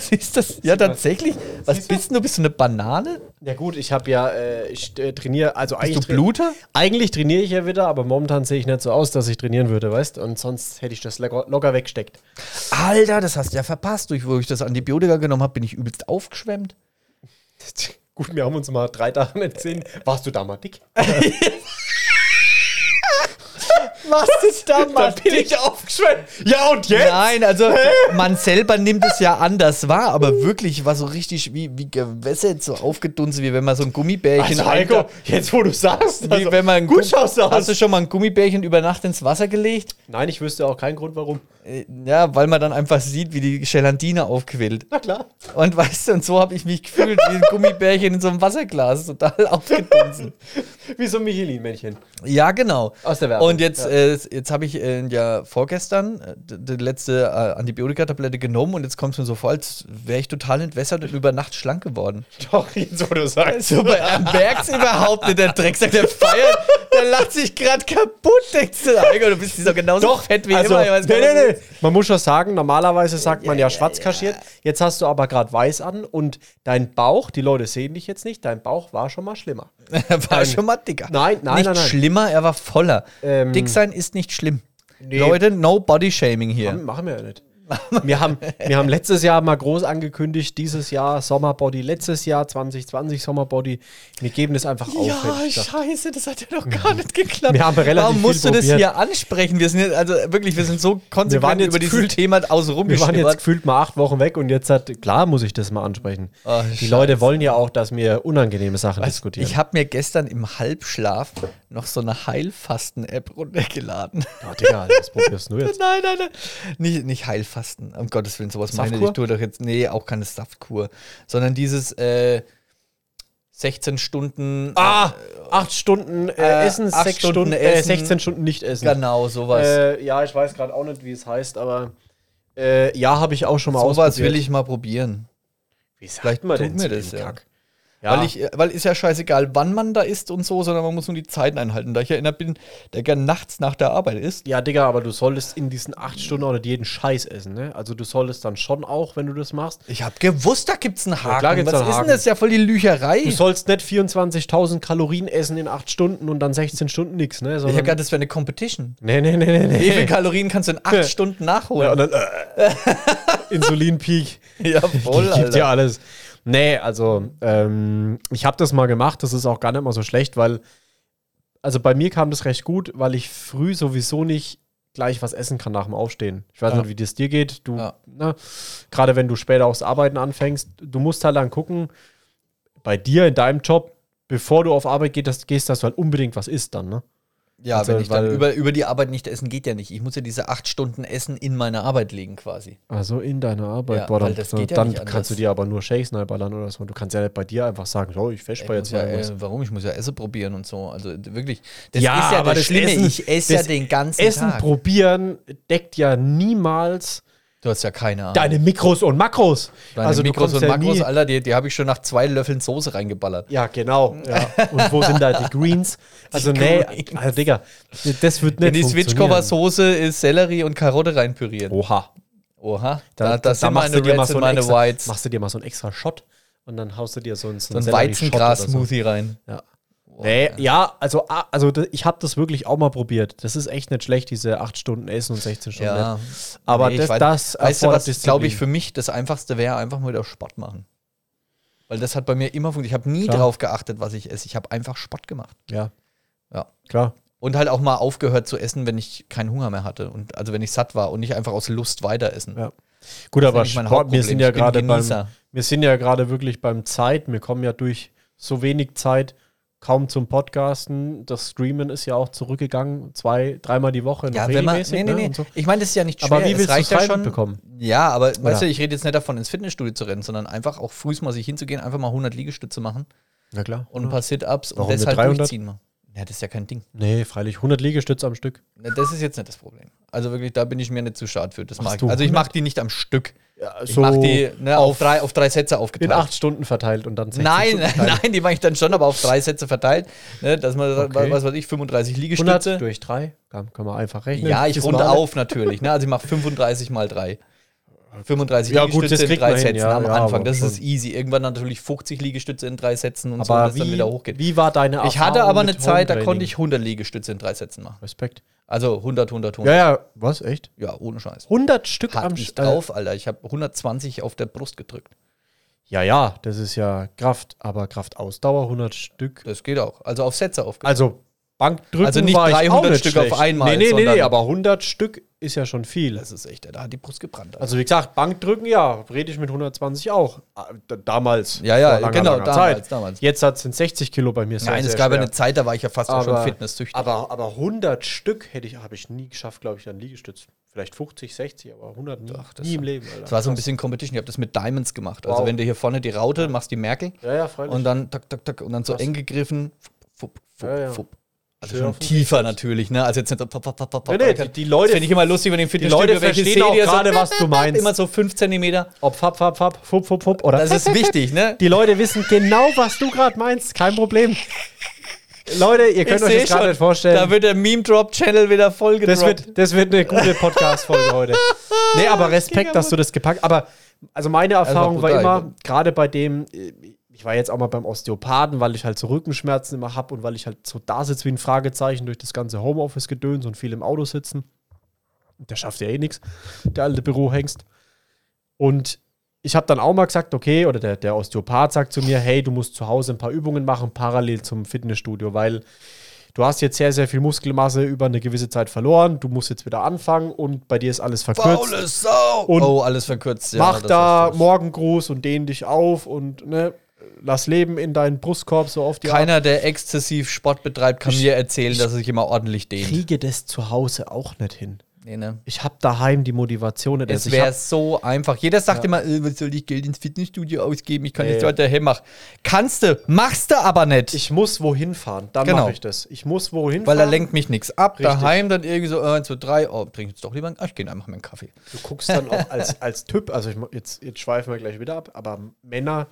Speaker 1: Siehst du das? Ja, tatsächlich. Was bist denn du? Bist du eine Banane?
Speaker 4: Ja gut, ich habe ja, äh, ich äh, trainiere, also
Speaker 1: Bist
Speaker 4: eigentlich,
Speaker 1: du
Speaker 4: tra-
Speaker 1: Bluter?
Speaker 4: eigentlich trainiere ich ja wieder, aber momentan sehe ich nicht so aus, dass ich trainieren würde, weißt? Und sonst hätte ich das locker, locker weggesteckt.
Speaker 1: Alter, das hast du ja verpasst. Durch wo ich das Antibiotika genommen habe, bin ich übelst aufgeschwemmt.
Speaker 4: Gut, wir haben uns mal drei Tage nicht gesehen. Warst du da mal dick?
Speaker 1: Was ist da, Mann?
Speaker 4: bin ich aufgeschwemmt. Ja und
Speaker 1: Nein, also man selber nimmt es ja anders wahr, aber wirklich war so richtig wie, wie gewässert, so aufgedunsen, wie wenn man so ein Gummibärchen
Speaker 4: Also Heiko, jetzt wo du sagst, also,
Speaker 1: wie wenn man ein
Speaker 4: gut
Speaker 1: Gum-
Speaker 4: schaust du
Speaker 1: Hast
Speaker 4: aus.
Speaker 1: also, du schon mal ein Gummibärchen über Nacht ins Wasser gelegt?
Speaker 4: Nein, ich wüsste auch keinen Grund, warum.
Speaker 1: Äh, Ja, weil man dann einfach sieht, wie die Gelatine aufquillt.
Speaker 4: Na klar.
Speaker 1: Und weißt du, und so habe ich mich gefühlt, wie ein Gummibärchen in so einem Wasserglas, total aufgedunsen.
Speaker 4: Wie so ein Michelin-Männchen.
Speaker 1: Ja, genau.
Speaker 4: Aus der Werbung,
Speaker 1: Und jetzt,
Speaker 4: ja.
Speaker 1: äh, jetzt habe ich äh, ja vorgestern äh, d- die letzte äh, Antibiotikatablette genommen und jetzt kommt es mir so vor, als wäre ich total entwässert und über Nacht schlank geworden.
Speaker 4: Doch, jetzt wo du sagst.
Speaker 1: So, bei er merkt's überhaupt nicht, der Drecksack, der feiert, der lacht sich gerade kaputt, denkst du, Alter, du bist so genauso fett wie
Speaker 4: also,
Speaker 1: immer. ich weiß gar
Speaker 4: nee, nee,
Speaker 1: nicht,
Speaker 4: nee. Man muss schon sagen, normalerweise sagt man ja, schwarz kaschiert. Jetzt hast du aber gerade weiß an und dein Bauch, die Leute sehen dich jetzt nicht, dein Bauch war schon mal schlimmer.
Speaker 1: Er war schon mal dicker.
Speaker 4: Nein, nein,
Speaker 1: nicht
Speaker 4: nein, nein.
Speaker 1: schlimmer, er war voller.
Speaker 4: Ähm,
Speaker 1: Dick sein ist nicht schlimm.
Speaker 4: Nee.
Speaker 1: Leute, no body shaming
Speaker 4: Haben-
Speaker 1: hier.
Speaker 4: Machen wir ja nicht. Wir haben, wir haben letztes Jahr mal groß angekündigt, dieses Jahr Sommerbody, letztes Jahr 2020 Sommerbody. Wir geben das einfach auf. hätte ich gesagt.
Speaker 1: scheiße, das hat ja doch gar nicht geklappt.
Speaker 4: Wir haben relativ
Speaker 1: Warum
Speaker 4: viel
Speaker 1: musst du das
Speaker 4: probiert.
Speaker 1: hier ansprechen? Wir sind jetzt, also wirklich, wir sind so
Speaker 4: Wir waren
Speaker 1: konsequent
Speaker 4: jetzt
Speaker 1: über dieses
Speaker 4: gefühlt-
Speaker 1: Thema außen
Speaker 4: wir waren jetzt
Speaker 1: rumgeschnippert.
Speaker 4: gefühlt mal acht Wochen weg und jetzt hat, klar muss ich das mal ansprechen.
Speaker 1: Oh,
Speaker 4: die
Speaker 1: Scheiße.
Speaker 4: Leute wollen ja auch, dass wir unangenehme Sachen diskutieren.
Speaker 1: Ich habe mir gestern im Halbschlaf noch so eine Heilfasten-App runtergeladen.
Speaker 4: oh, Digga, das probierst du jetzt.
Speaker 1: nein, nein, nein. Nicht, nicht Heilfasten. Um Gottes Willen, sowas meine ich. nicht. Ich
Speaker 4: Saftkur?
Speaker 1: tue doch jetzt, nee, auch keine Saftkur. Sondern dieses äh, 16 Stunden.
Speaker 4: Ah, acht Stunden äh,
Speaker 1: Äh,
Speaker 4: Essen,
Speaker 1: acht
Speaker 4: sechs
Speaker 1: Stunden
Speaker 4: Stunden, äh,
Speaker 1: Essen.
Speaker 4: 16 Stunden nicht essen.
Speaker 1: Genau, sowas.
Speaker 4: Äh, ja, ich weiß gerade auch nicht, wie es heißt, aber äh, ja, habe ich auch schon mal
Speaker 1: sowas will ich mal probieren.
Speaker 4: Wie sagt
Speaker 1: Vielleicht
Speaker 4: man
Speaker 1: tut
Speaker 4: denn
Speaker 1: mir
Speaker 4: zu
Speaker 1: das,
Speaker 4: dem
Speaker 1: ja.
Speaker 4: Kack? Ja.
Speaker 1: Weil, ich, äh, weil ist ja scheißegal, wann man da ist und so, sondern man muss nur die Zeiten einhalten. Da ich erinnert bin, der gern nachts nach der Arbeit ist.
Speaker 4: ja, Digga, aber du solltest in diesen acht Stunden auch nicht jeden Scheiß essen, ne? Also du solltest dann schon auch, wenn du das machst.
Speaker 1: Ich habe gewusst, da gibt's einen Haken.
Speaker 4: klar gibt's
Speaker 1: Was
Speaker 4: einen
Speaker 1: ist
Speaker 4: Haken.
Speaker 1: denn das ja voll die Lücherei?
Speaker 4: Du
Speaker 1: Ich
Speaker 4: sollst nicht 24.000 Kalorien essen in acht Stunden und dann 16 Stunden nix, ne?
Speaker 1: habe
Speaker 4: Sondern,
Speaker 1: gedacht, das wäre eine Competition.
Speaker 4: nee, nee, nee, nee,
Speaker 1: Wie viele
Speaker 4: nee.
Speaker 1: Kalorien kannst du in acht Stunden nachholen?
Speaker 4: Ja, und dann, äh, Insulinpeak.
Speaker 1: Jawohl,
Speaker 4: Gibt ja alles. Nee, also ähm, ich habe das mal gemacht, das ist auch gar nicht mal so schlecht, weil, also bei mir kam das recht gut, weil ich früh sowieso nicht gleich was essen kann nach dem Aufstehen. Ich weiß
Speaker 1: Ja.
Speaker 4: nicht, wie das dir geht. Du,
Speaker 1: Ja.
Speaker 4: ne, gerade wenn du später aufs Arbeiten anfängst, du musst halt dann gucken, bei dir in deinem Job, bevor du auf Arbeit gehst, dass, gehst, dass du halt unbedingt was isst dann, ne?
Speaker 1: Ja,
Speaker 4: Also,
Speaker 1: wenn ich dann
Speaker 4: weil-
Speaker 1: über, über die Arbeit nicht essen, geht ja nicht. Ich muss ja diese acht Stunden Essen in meine Arbeit legen quasi.
Speaker 4: Also in deiner Arbeit,
Speaker 1: Ja,
Speaker 4: boah,
Speaker 1: weil
Speaker 4: dann,
Speaker 1: das geht ja
Speaker 4: dann
Speaker 1: nicht anders.
Speaker 4: kannst du dir aber nur Shakes Night ballern oder so. Du kannst ja nicht bei dir einfach sagen, oh, ich
Speaker 1: Ich
Speaker 4: feschbar
Speaker 1: muss
Speaker 4: jetzt
Speaker 1: ja,
Speaker 4: mal was.
Speaker 1: äh, warum? Ich muss ja Essen probieren und so. Also d- wirklich. Das
Speaker 4: Ja,
Speaker 1: ist ja
Speaker 4: aber
Speaker 1: das
Speaker 4: das
Speaker 1: Schlimme.
Speaker 4: Essen-
Speaker 1: ich esse ja
Speaker 4: das
Speaker 1: den ganzen
Speaker 4: Essen
Speaker 1: Tag.
Speaker 4: probieren deckt ja niemals
Speaker 1: Du hast ja keine Ahnung.
Speaker 4: deine Mikros und Makros.
Speaker 1: Deine
Speaker 4: also
Speaker 1: Mikros
Speaker 4: du
Speaker 1: und
Speaker 4: kommst
Speaker 1: Makros,
Speaker 4: ja nie,
Speaker 1: Alter, die, die habe ich schon nach zwei Löffeln Soße reingeballert.
Speaker 4: Ja, genau. Ja. Und wo sind da die Greens? Also, nee,
Speaker 1: Greens.
Speaker 4: also, Digga, das wird nicht
Speaker 1: In die
Speaker 4: funktionieren.
Speaker 1: Switchcover-Soße ist Sellerie und Karotte reinpürieren.
Speaker 4: Oha.
Speaker 1: Oha, da,
Speaker 4: Da,
Speaker 1: das
Speaker 4: da, da
Speaker 1: sind
Speaker 4: machst,
Speaker 1: meine
Speaker 4: du dir mal
Speaker 1: Reds
Speaker 4: so
Speaker 1: und
Speaker 4: einen
Speaker 1: meine
Speaker 4: extra,
Speaker 1: Whites.
Speaker 4: machst du dir mal so einen extra Shot und dann haust du dir so einen,
Speaker 1: So
Speaker 4: so einen
Speaker 1: ein
Speaker 4: Sellerie-Shot oder so.
Speaker 1: Weizengras-Smoothie rein.
Speaker 4: Ja. Nee, ja, also, ah, also d- ich habe das wirklich auch mal probiert. Das ist echt nicht schlecht, diese 8 Stunden Essen und 16 Stunden.
Speaker 1: Ja.
Speaker 4: Essen. Aber
Speaker 1: Nee, ich
Speaker 4: das,
Speaker 1: weiß-
Speaker 4: das
Speaker 1: Weißt du,
Speaker 4: erfordert
Speaker 1: was, glaube ich,
Speaker 4: Disziplin.
Speaker 1: für mich das Einfachste wäre, einfach mal wieder Sport machen. Weil das hat bei mir immer funktioniert. Ich habe nie
Speaker 4: Klar.
Speaker 1: drauf geachtet, was ich esse. Ich habe einfach Sport gemacht.
Speaker 4: Ja.
Speaker 1: Ja.
Speaker 4: Klar.
Speaker 1: Und halt auch mal aufgehört zu essen, wenn ich keinen Hunger mehr hatte. Und also wenn ich satt war und nicht einfach aus Lust weiter essen.
Speaker 4: Ja. Gut, aber
Speaker 1: nämlich mein
Speaker 4: Sport, wir sind ja
Speaker 1: Hauptproblem. Ich
Speaker 4: gerade
Speaker 1: bin
Speaker 4: beim,
Speaker 1: Genießer.
Speaker 4: wir sind ja gerade wirklich beim Zeit. Wir kommen ja durch so wenig Zeit kaum zum Podcasten. Das Streamen ist ja auch zurückgegangen, zwei, dreimal die Woche noch
Speaker 1: Ja, wenn man.
Speaker 4: regelmäßig,
Speaker 1: Nee, nee,
Speaker 4: ne,
Speaker 1: nee.
Speaker 4: und so.
Speaker 1: Ich meine, das ist ja nicht schwer.
Speaker 4: Aber wie
Speaker 1: Es
Speaker 4: willst du
Speaker 1: reicht
Speaker 4: es
Speaker 1: ja
Speaker 4: rein
Speaker 1: schon.
Speaker 4: bekommen?
Speaker 1: Ja, aber
Speaker 4: Oder?
Speaker 1: weißt du, ich rede jetzt nicht davon, ins Fitnessstudio zu rennen, sondern einfach auch früh mal sich hinzugehen, einfach mal 100 Liegestütze machen
Speaker 4: Na klar.
Speaker 1: und ein paar Sit-Ups und
Speaker 4: Warum
Speaker 1: das
Speaker 4: nicht
Speaker 1: halt
Speaker 4: 300?
Speaker 1: durchziehen. mal. Ja, das ist ja kein Ding.
Speaker 4: Nee, freilich 100 Liegestütze am Stück.
Speaker 1: Na, Das ist jetzt nicht das Problem. Also wirklich, da bin ich mir nicht zu schad für. Das
Speaker 4: Machst
Speaker 1: mag ich.
Speaker 4: du
Speaker 1: Also ich
Speaker 4: 100?
Speaker 1: mache die nicht am Stück. Ich
Speaker 4: so
Speaker 1: mache die ne, auf, drei, auf drei Sätze aufgeteilt.
Speaker 4: in acht Stunden verteilt und dann 16
Speaker 1: Nein,
Speaker 4: zugeteilt.
Speaker 1: nein, die mache ich dann schon, aber auf drei Sätze verteilt. Ne, dass man, sagt,
Speaker 4: Okay.
Speaker 1: was weiß ich, 35
Speaker 4: 100
Speaker 1: Liegestütze.
Speaker 4: durch 3, kann, kann man einfach rechnen.
Speaker 1: Ja, ich
Speaker 4: Ist
Speaker 1: runde
Speaker 4: mal-
Speaker 1: auf natürlich. Ne? Also ich mache 35 mal drei. 35
Speaker 4: Ja, gut,
Speaker 1: Liegestütze
Speaker 4: das
Speaker 1: in
Speaker 4: kriegt
Speaker 1: drei
Speaker 4: man hin,
Speaker 1: Sätzen
Speaker 4: ja,
Speaker 1: am
Speaker 4: ja,
Speaker 1: Anfang.
Speaker 4: aber
Speaker 1: Das ist
Speaker 4: schon.
Speaker 1: easy. Irgendwann natürlich 50 Liegestütze in drei Sätzen und so,
Speaker 4: Aber
Speaker 1: dass
Speaker 4: wie,
Speaker 1: dann wieder hochgeht.
Speaker 4: wie war deine Erfahrung
Speaker 1: ich hatte aber eine
Speaker 4: mit
Speaker 1: Zeit, da
Speaker 4: Hometraining?
Speaker 1: konnte ich 100 Liegestütze in drei Sätzen machen.
Speaker 4: Respekt.
Speaker 1: Also 100, 100,
Speaker 4: Ja,
Speaker 1: 100.
Speaker 4: ja, was, echt?
Speaker 1: Ja, ohne Scheiß.
Speaker 4: 100 Stück
Speaker 1: Hat
Speaker 4: am
Speaker 1: mich
Speaker 4: Sch- äh,
Speaker 1: drauf, Alter. Ich habe 120 auf der Brust gedrückt.
Speaker 4: Ja, ja, das ist ja Kraft, aber Kraftausdauer 100 Stück.
Speaker 1: Das geht auch. Also auf Sätze aufgeteilt.
Speaker 4: Also Bankdrücken
Speaker 1: Also nicht
Speaker 4: war ich
Speaker 1: 300
Speaker 4: auch nicht
Speaker 1: Stück auf
Speaker 4: schlecht.
Speaker 1: einmal,
Speaker 4: Nee, nee, nee,
Speaker 1: sondern- Also-
Speaker 4: nee, aber 100 Stück ist ja schon viel.
Speaker 1: Das ist echt, da hat die Brust gebrannt. Alter.
Speaker 4: Also wie gesagt, Bankdrücken, ja, rede ich mit 120 auch. Ah, d- Damals.
Speaker 1: Ja, ja,
Speaker 4: vor
Speaker 1: genau, damals, damals.
Speaker 4: Jetzt hat es in 60 Kilo bei mir. sehr,
Speaker 1: Nein, es
Speaker 4: sehr
Speaker 1: gab ja
Speaker 4: schwer.
Speaker 1: eine Zeit, da war ich ja fast auch schon
Speaker 4: aber,
Speaker 1: fitnesssüchtig.
Speaker 4: aber, aber 100 Stück hätte ich, habe ich nie geschafft, glaube ich, an Liegestütz. Vielleicht 50, 60, aber 100 nie,
Speaker 1: das-
Speaker 4: nie im Leben.
Speaker 1: Es
Speaker 4: Alter.
Speaker 1: war so ein bisschen Competition. Ich habe das mit Diamonds gemacht. Also
Speaker 4: Wow.
Speaker 1: wenn du hier vorne die Raute machst, die Merkel
Speaker 4: Ja, ja, freilich.
Speaker 1: und dann tak, tak, tak und dann so
Speaker 4: Krass.
Speaker 1: eng gegriffen. Fupp, fupp,
Speaker 4: Ja, ja.
Speaker 1: fupp. Also
Speaker 4: Schön
Speaker 1: schon
Speaker 4: auf den
Speaker 1: tiefer natürlich, ne? Also jetzt nicht so pop, pop, pop, pop, pop.
Speaker 4: nee, nee, die, die Leute,
Speaker 1: Finde ich immer lustig, wenn ich im
Speaker 4: die Leute
Speaker 1: Fitnessstudio welche
Speaker 4: verstehen
Speaker 1: sehe,
Speaker 4: auch
Speaker 1: die so-
Speaker 4: gerade, was du meinst.
Speaker 1: Immer so 5 Zentimeter.
Speaker 4: ob fapp, fapp, fapp, fupp, fupp, fupp oder
Speaker 1: Das ist wichtig, ne?
Speaker 4: Die Leute wissen genau, was du gerade meinst. Kein Problem. Leute, ihr könnt
Speaker 1: Ich
Speaker 4: euch
Speaker 1: seh
Speaker 4: das gerade
Speaker 1: schon,
Speaker 4: nicht vorstellen.
Speaker 1: Da wird der Meme-Drop-Channel wieder voll gedroppt.
Speaker 4: das, wird, das wird eine gute Podcast-Folge heute. Nee, aber Respekt, dass du das gepackt Aber also meine Erfahrung
Speaker 1: brutal,
Speaker 4: war,
Speaker 1: ne?
Speaker 4: immer, gerade bei dem, äh, ich war jetzt auch mal beim Osteopathen, weil ich halt so Rückenschmerzen immer habe und weil ich halt so da sitze wie ein Fragezeichen durch das ganze Homeoffice-Gedöns und viel im Auto sitzen. Der schafft ja eh nichts, der alte Bürohengst. Und ich habe dann auch mal gesagt, okay, oder der, der Osteopath sagt zu mir, hey, du musst zu Hause ein paar Übungen machen, parallel zum Fitnessstudio, weil du hast jetzt sehr, sehr viel Muskelmasse über eine gewisse Zeit verloren, du musst jetzt wieder anfangen und bei dir ist alles verkürzt.
Speaker 1: Faule Sau!
Speaker 4: Und
Speaker 1: oh, alles verkürzt. Ja,
Speaker 4: Mach
Speaker 1: das
Speaker 4: da
Speaker 1: war's.
Speaker 4: Morgengruß und dehn dich auf und ne, lass Leben in deinen Brustkorb so oft die
Speaker 1: Keiner, der exzessiv Sport betreibt, kann mir erzählen, dass er sich immer ordentlich dehnt.
Speaker 4: kriege das zu Hause auch nicht hin.
Speaker 1: Nee, ne?
Speaker 4: Ich habe daheim die Motivation nicht.
Speaker 1: Es
Speaker 4: Also ich hab-
Speaker 1: wäre so einfach. Jeder sagt immer, äh, was soll ich Geld ins Fitnessstudio ausgeben? Ich kann
Speaker 4: Nee.
Speaker 1: jetzt weiter hinmachen. Kannst du, machst du aber nicht.
Speaker 4: ich muss wohin fahren, dann
Speaker 1: Genau.
Speaker 4: mache ich das. Ich muss wohin
Speaker 1: weil da
Speaker 4: fahren.
Speaker 1: lenkt mich nichts ab.
Speaker 4: Richtig.
Speaker 1: Daheim dann irgendwie so 1, 2, 3. Oh, trink jetzt doch lieber einen. Ah, ich gehe einfach meinen Kaffee.
Speaker 4: Du guckst dann auch als, als Typ, also ich, mo- jetzt, jetzt schweifen wir gleich wieder ab, aber Männer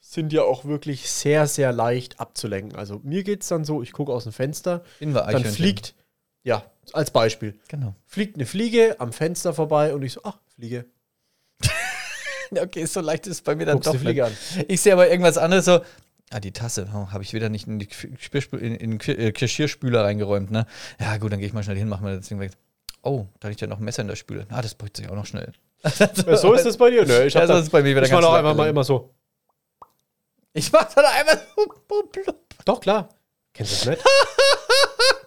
Speaker 4: sind ja auch wirklich sehr, sehr leicht abzulenken. Also mir geht es dann so, ich gucke aus dem Fenster, dann
Speaker 1: Ingwer-Eichhörnchen.
Speaker 4: fliegt, ja, als Beispiel,
Speaker 1: Genau.
Speaker 4: fliegt eine Fliege am Fenster vorbei und ich so, ach, Fliege.
Speaker 1: Okay, so leicht ist es bei mir dann
Speaker 4: Guckst die
Speaker 1: doch
Speaker 4: Fliege
Speaker 1: nicht.
Speaker 4: an.
Speaker 1: Ich sehe aber irgendwas anderes so. Ah, die Tasse. Oh, habe ich wieder nicht in, die Geschirrspü- in, in den Ki- äh, Geschirrspüler reingeräumt, ne? Ja, gut, dann gehe ich mal schnell hin, mach mal das Ding weg. Oh, da liegt ja noch ein Messer in der Spüle. Ah, das bräuchte sich auch noch schnell.
Speaker 4: Ja, so ist es bei dir, ne? Ich
Speaker 1: Ja,
Speaker 4: hab
Speaker 1: so
Speaker 4: dann-
Speaker 1: ist es bei mir wieder
Speaker 4: ich mach
Speaker 1: ganz
Speaker 4: auch einfach
Speaker 1: leicht.
Speaker 4: mal immer so.
Speaker 1: Ich mach dann einmal so.
Speaker 4: Doch, klar. Kennst du das nicht?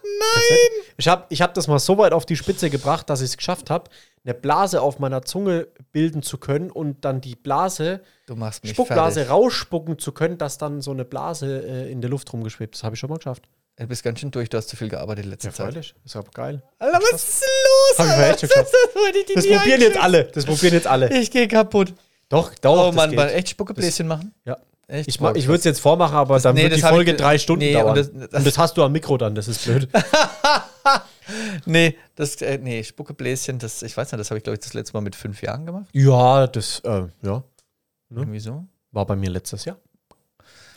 Speaker 4: Nein! Ich habe ich hab das mal so weit auf die Spitze gebracht, dass ich es geschafft habe, eine Blase auf meiner Zunge bilden zu können und dann die Blase,
Speaker 1: Du machst mich
Speaker 4: Spuckblase
Speaker 1: fertig.
Speaker 4: rausspucken zu können, dass dann so eine Blase äh, in der Luft rumgeschwebt ist. Habe ich schon mal geschafft.
Speaker 1: Du bist ganz schön durch, du hast zu viel gearbeitet in letzter Zeit.
Speaker 4: Ist aber geil.
Speaker 1: Alter, was ist los?
Speaker 4: Hab ich
Speaker 1: Alter?
Speaker 4: falsch geklappt.
Speaker 1: wollte ich dir
Speaker 4: Das
Speaker 1: nicht
Speaker 4: probieren jetzt
Speaker 1: einschätzen.
Speaker 4: alle. Das probieren jetzt alle.
Speaker 1: Ich gehe kaputt.
Speaker 4: Doch, doch.
Speaker 1: Oh
Speaker 4: das
Speaker 1: Mann,
Speaker 4: geht.
Speaker 1: Mann, echt Spuckebläschen machen?
Speaker 4: Ja.
Speaker 1: Echt
Speaker 4: Ich, mach- ich würde es jetzt vormachen, aber dann
Speaker 1: nee,
Speaker 4: wird
Speaker 1: das
Speaker 4: die
Speaker 1: hab ich
Speaker 4: Folge
Speaker 1: ge-
Speaker 4: drei Stunden
Speaker 1: nee, und
Speaker 4: dauern.
Speaker 1: das-
Speaker 4: und, das,
Speaker 1: das-
Speaker 4: hast du am Mikro dann, das ist blöd.
Speaker 1: Nee, das, äh, nee, Spuckebläschen, das, ich weiß nicht, das habe ich, glaube ich, das letzte Mal mit fünf Jahren gemacht.
Speaker 4: ja, das äh, ja, Mhm.
Speaker 1: Irgendwie so.
Speaker 4: war bei mir letztes Jahr.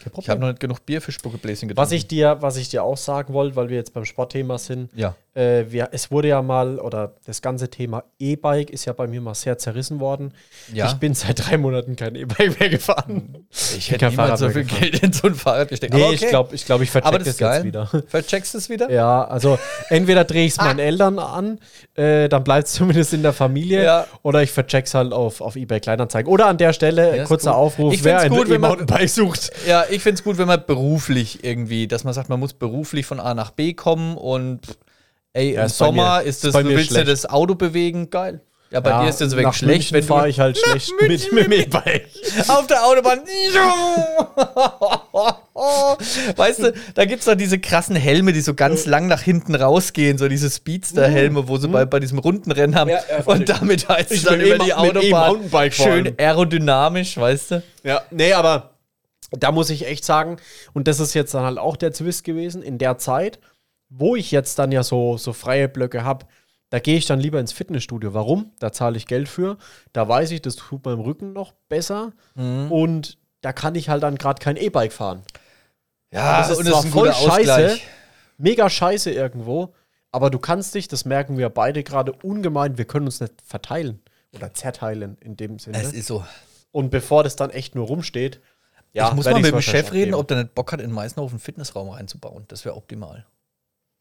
Speaker 4: Kein Problem.
Speaker 1: Ich habe noch nicht genug Bier für Spuckebläschen getrunken.
Speaker 4: was ich dir, was ich dir auch sagen wollte, weil wir jetzt beim Sportthema sind,
Speaker 1: Ja.
Speaker 4: äh, wir, es wurde ja mal, oder das ganze Thema E-Bike ist ja bei mir mal sehr zerrissen worden.
Speaker 1: Ja.
Speaker 4: Ich bin seit drei Monaten kein E-Bike mehr gefahren.
Speaker 1: Ich
Speaker 4: bin kein Fahrrad mehr gefahren.
Speaker 1: Geld in so ein Fahrrad gesteckt.
Speaker 4: Nee,
Speaker 1: Aber
Speaker 4: ich
Speaker 1: okay.
Speaker 4: glaube, ich, glaub, ich vercheck
Speaker 1: Aber das ist
Speaker 4: das
Speaker 1: geil.
Speaker 4: jetzt wieder.
Speaker 1: Vercheckst du es wieder?
Speaker 4: Ja, also entweder drehe
Speaker 1: Ah.
Speaker 4: ich es meinen Eltern an, äh, dann bleibt es zumindest in der Familie,
Speaker 1: Ja.
Speaker 4: oder ich vercheck's halt auf, auf eBay Kleinanzeigen. Oder an der Stelle
Speaker 1: Ja, ist
Speaker 4: kurzer
Speaker 1: gut.
Speaker 4: Aufruf,
Speaker 1: Ich find's gut,
Speaker 4: ein
Speaker 1: wenn man-
Speaker 4: E-Mountainbike sucht.
Speaker 1: Ja, ich finde es gut, wenn man beruflich irgendwie, dass man sagt, man muss beruflich von A nach B kommen und pff, ey, im
Speaker 4: ist bei
Speaker 1: Sommer
Speaker 4: mir-
Speaker 1: ist
Speaker 4: ist
Speaker 1: das,
Speaker 4: bei
Speaker 1: du
Speaker 4: mir
Speaker 1: willst
Speaker 4: schlecht.
Speaker 1: dir das Auto bewegen, geil. Ja, bei dir ist das wegen schlecht, wenn
Speaker 4: fahre
Speaker 1: du
Speaker 4: ich halt schlecht mit, mit dem E-Bike.
Speaker 1: auf der Autobahn. weißt du, da gibt es doch diese krassen Helme, die so ganz lang nach hinten rausgehen, so diese Speedster-Helme, wo sie bei, bei diesem runden Rennen haben.
Speaker 4: Mhm. Ja, ja,
Speaker 1: und damit heißt es
Speaker 4: Ich
Speaker 1: dann
Speaker 4: bin eh
Speaker 1: über die
Speaker 4: ma- mit eh
Speaker 1: Autobahn
Speaker 4: Mountainbike vor
Speaker 1: schön
Speaker 4: allem.
Speaker 1: aerodynamisch, weißt du?
Speaker 4: Ja, nee, aber da muss ich echt sagen, und das ist jetzt dann halt auch der Zwist gewesen, in der Zeit, wo ich jetzt dann ja so, so freie Blöcke habe, da gehe ich dann lieber ins Fitnessstudio. Warum? Da zahle ich Geld für. Da weiß ich, das tut meinem Rücken noch besser. Mhm. Und da kann ich halt dann gerade kein E-Bike fahren.
Speaker 1: Ja,
Speaker 4: das ist zwar voll scheiße, mega scheiße irgendwo, aber du kannst dich, das merken wir beide gerade ungemein, wir können uns nicht verteilen oder zerteilen in dem Sinne.
Speaker 1: Es ist so.
Speaker 4: Und bevor das dann echt nur rumsteht, ja,
Speaker 1: ich muss
Speaker 4: werd
Speaker 1: mal mit dem
Speaker 4: ich's
Speaker 1: Chef
Speaker 4: wahrscheinlich
Speaker 1: reden,
Speaker 4: abgeben.
Speaker 1: ob der nicht Bock hat, in Meißenhof einen Fitnessraum reinzubauen. Das wäre optimal.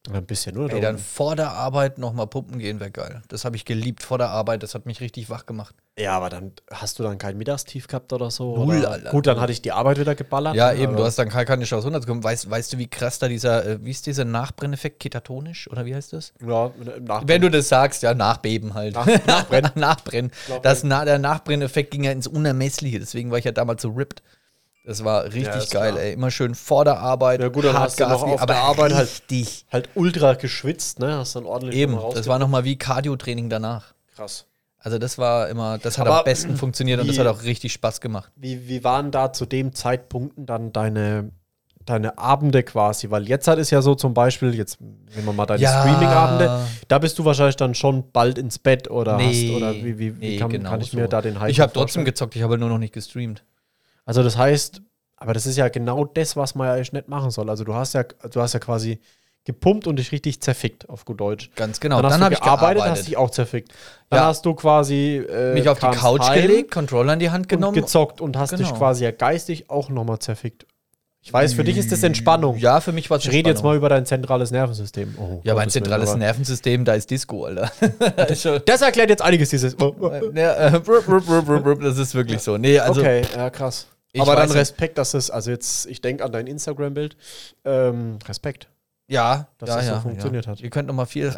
Speaker 4: Ja, Ein bisschen, oder?
Speaker 1: Ey, dann vor der Arbeit nochmal pumpen gehen wäre geil. Das habe ich geliebt vor der Arbeit. Das hat mich richtig wach gemacht.
Speaker 4: ja, aber dann hast du dann kein Mittagstief gehabt oder so.
Speaker 1: Null,
Speaker 4: oder?
Speaker 1: Alter.
Speaker 4: Gut, dann hatte ich die Arbeit wieder geballert.
Speaker 1: Ja, eben.
Speaker 4: aber-
Speaker 1: Du hast dann keine Chance runterzukommen. Weißt, weißt du, wie krass da dieser, äh, wie ist dieser Nachbrenneffekt? Ketatonisch oder wie heißt das?
Speaker 4: Ja, im Nachbarn.
Speaker 1: Wenn du das sagst, ja, nachbeben halt. nachbrennen. nachbrennen.
Speaker 4: Nachbrennen.
Speaker 1: Das, na, der Nachbrenneffekt ging ja ins Unermessliche. Deswegen war ich ja damals so ripped. Das war richtig
Speaker 4: ist
Speaker 1: geil,
Speaker 4: klar.
Speaker 1: ey. Immer schön vor der Arbeit.
Speaker 4: Ja, gut, dann hast du noch
Speaker 1: geben,
Speaker 4: auf der Arbeit halt-
Speaker 1: richtig.
Speaker 4: halt ultra geschwitzt, ne? Hast dann ordentlich
Speaker 1: Eben,
Speaker 4: nochmal rausge-
Speaker 1: das war nochmal wie Cardio-Training danach.
Speaker 4: krass.
Speaker 1: Also das war immer, das hat
Speaker 4: Aber
Speaker 1: am besten funktioniert und das
Speaker 4: wie-
Speaker 1: hat auch richtig Spaß gemacht.
Speaker 4: Wie, wie waren da zu dem Zeitpunkten dann deine, deine Abende quasi? Weil jetzt halt ist ja so zum Beispiel, jetzt nehmen wir mal deine
Speaker 1: Ja.
Speaker 4: Streaming-Abende, da bist du wahrscheinlich dann schon bald ins Bett oder hast,
Speaker 1: Nee,
Speaker 4: oder wie, wie,
Speaker 1: nee,
Speaker 4: wie kann,
Speaker 1: genau
Speaker 4: kann ich
Speaker 1: so.
Speaker 4: mir da den Hype
Speaker 1: Ich habe
Speaker 4: vorstellen?
Speaker 1: trotzdem gezockt, ich habe nur noch nicht gestreamt.
Speaker 4: Also das heißt, aber das ist ja genau das, was man ja eigentlich nicht machen soll. Also du hast ja, du hast ja quasi gepumpt und dich richtig zerfickt, auf gut Deutsch.
Speaker 1: Ganz genau.
Speaker 4: Dann,
Speaker 1: Dann
Speaker 4: hast
Speaker 1: hab
Speaker 4: du
Speaker 1: ich
Speaker 4: gearbeitet,
Speaker 1: gearbeitet.
Speaker 4: hast dich auch zerfickt. Dann
Speaker 1: Ja.
Speaker 4: hast du quasi äh,
Speaker 1: Mich auf die
Speaker 4: kamst
Speaker 1: Couch
Speaker 4: heim
Speaker 1: gelegt, Controller in die Hand
Speaker 4: und
Speaker 1: genommen.
Speaker 4: gezockt und hast dich
Speaker 1: Genau.
Speaker 4: quasi ja geistig auch nochmal zerfickt. Ich weiß, für dich ist das Entspannung.
Speaker 1: Ja, für mich war es
Speaker 4: Ich rede jetzt mal über dein zentrales Nervensystem. Oh,
Speaker 1: Ja, mein
Speaker 4: Gottes Willen,
Speaker 1: zentrales
Speaker 4: aber-
Speaker 1: Nervensystem, da ist Disco, Alter.
Speaker 4: Das erklärt jetzt einiges, dieses. Oh,
Speaker 1: Ja, äh, brup, brup, brup, brup, brup, das ist wirklich so. Nee, also
Speaker 4: okay, ja, krass.
Speaker 1: Ich
Speaker 4: aber dann
Speaker 1: weiß nicht.
Speaker 4: Respekt, dass es, also jetzt, ich denke an dein Instagram-Bild. Ähm, Respekt.
Speaker 1: ja,
Speaker 4: Dass
Speaker 1: ja,
Speaker 4: das so
Speaker 1: ja,
Speaker 4: funktioniert
Speaker 1: ja.
Speaker 4: hat.
Speaker 1: Ihr könnt noch mal viel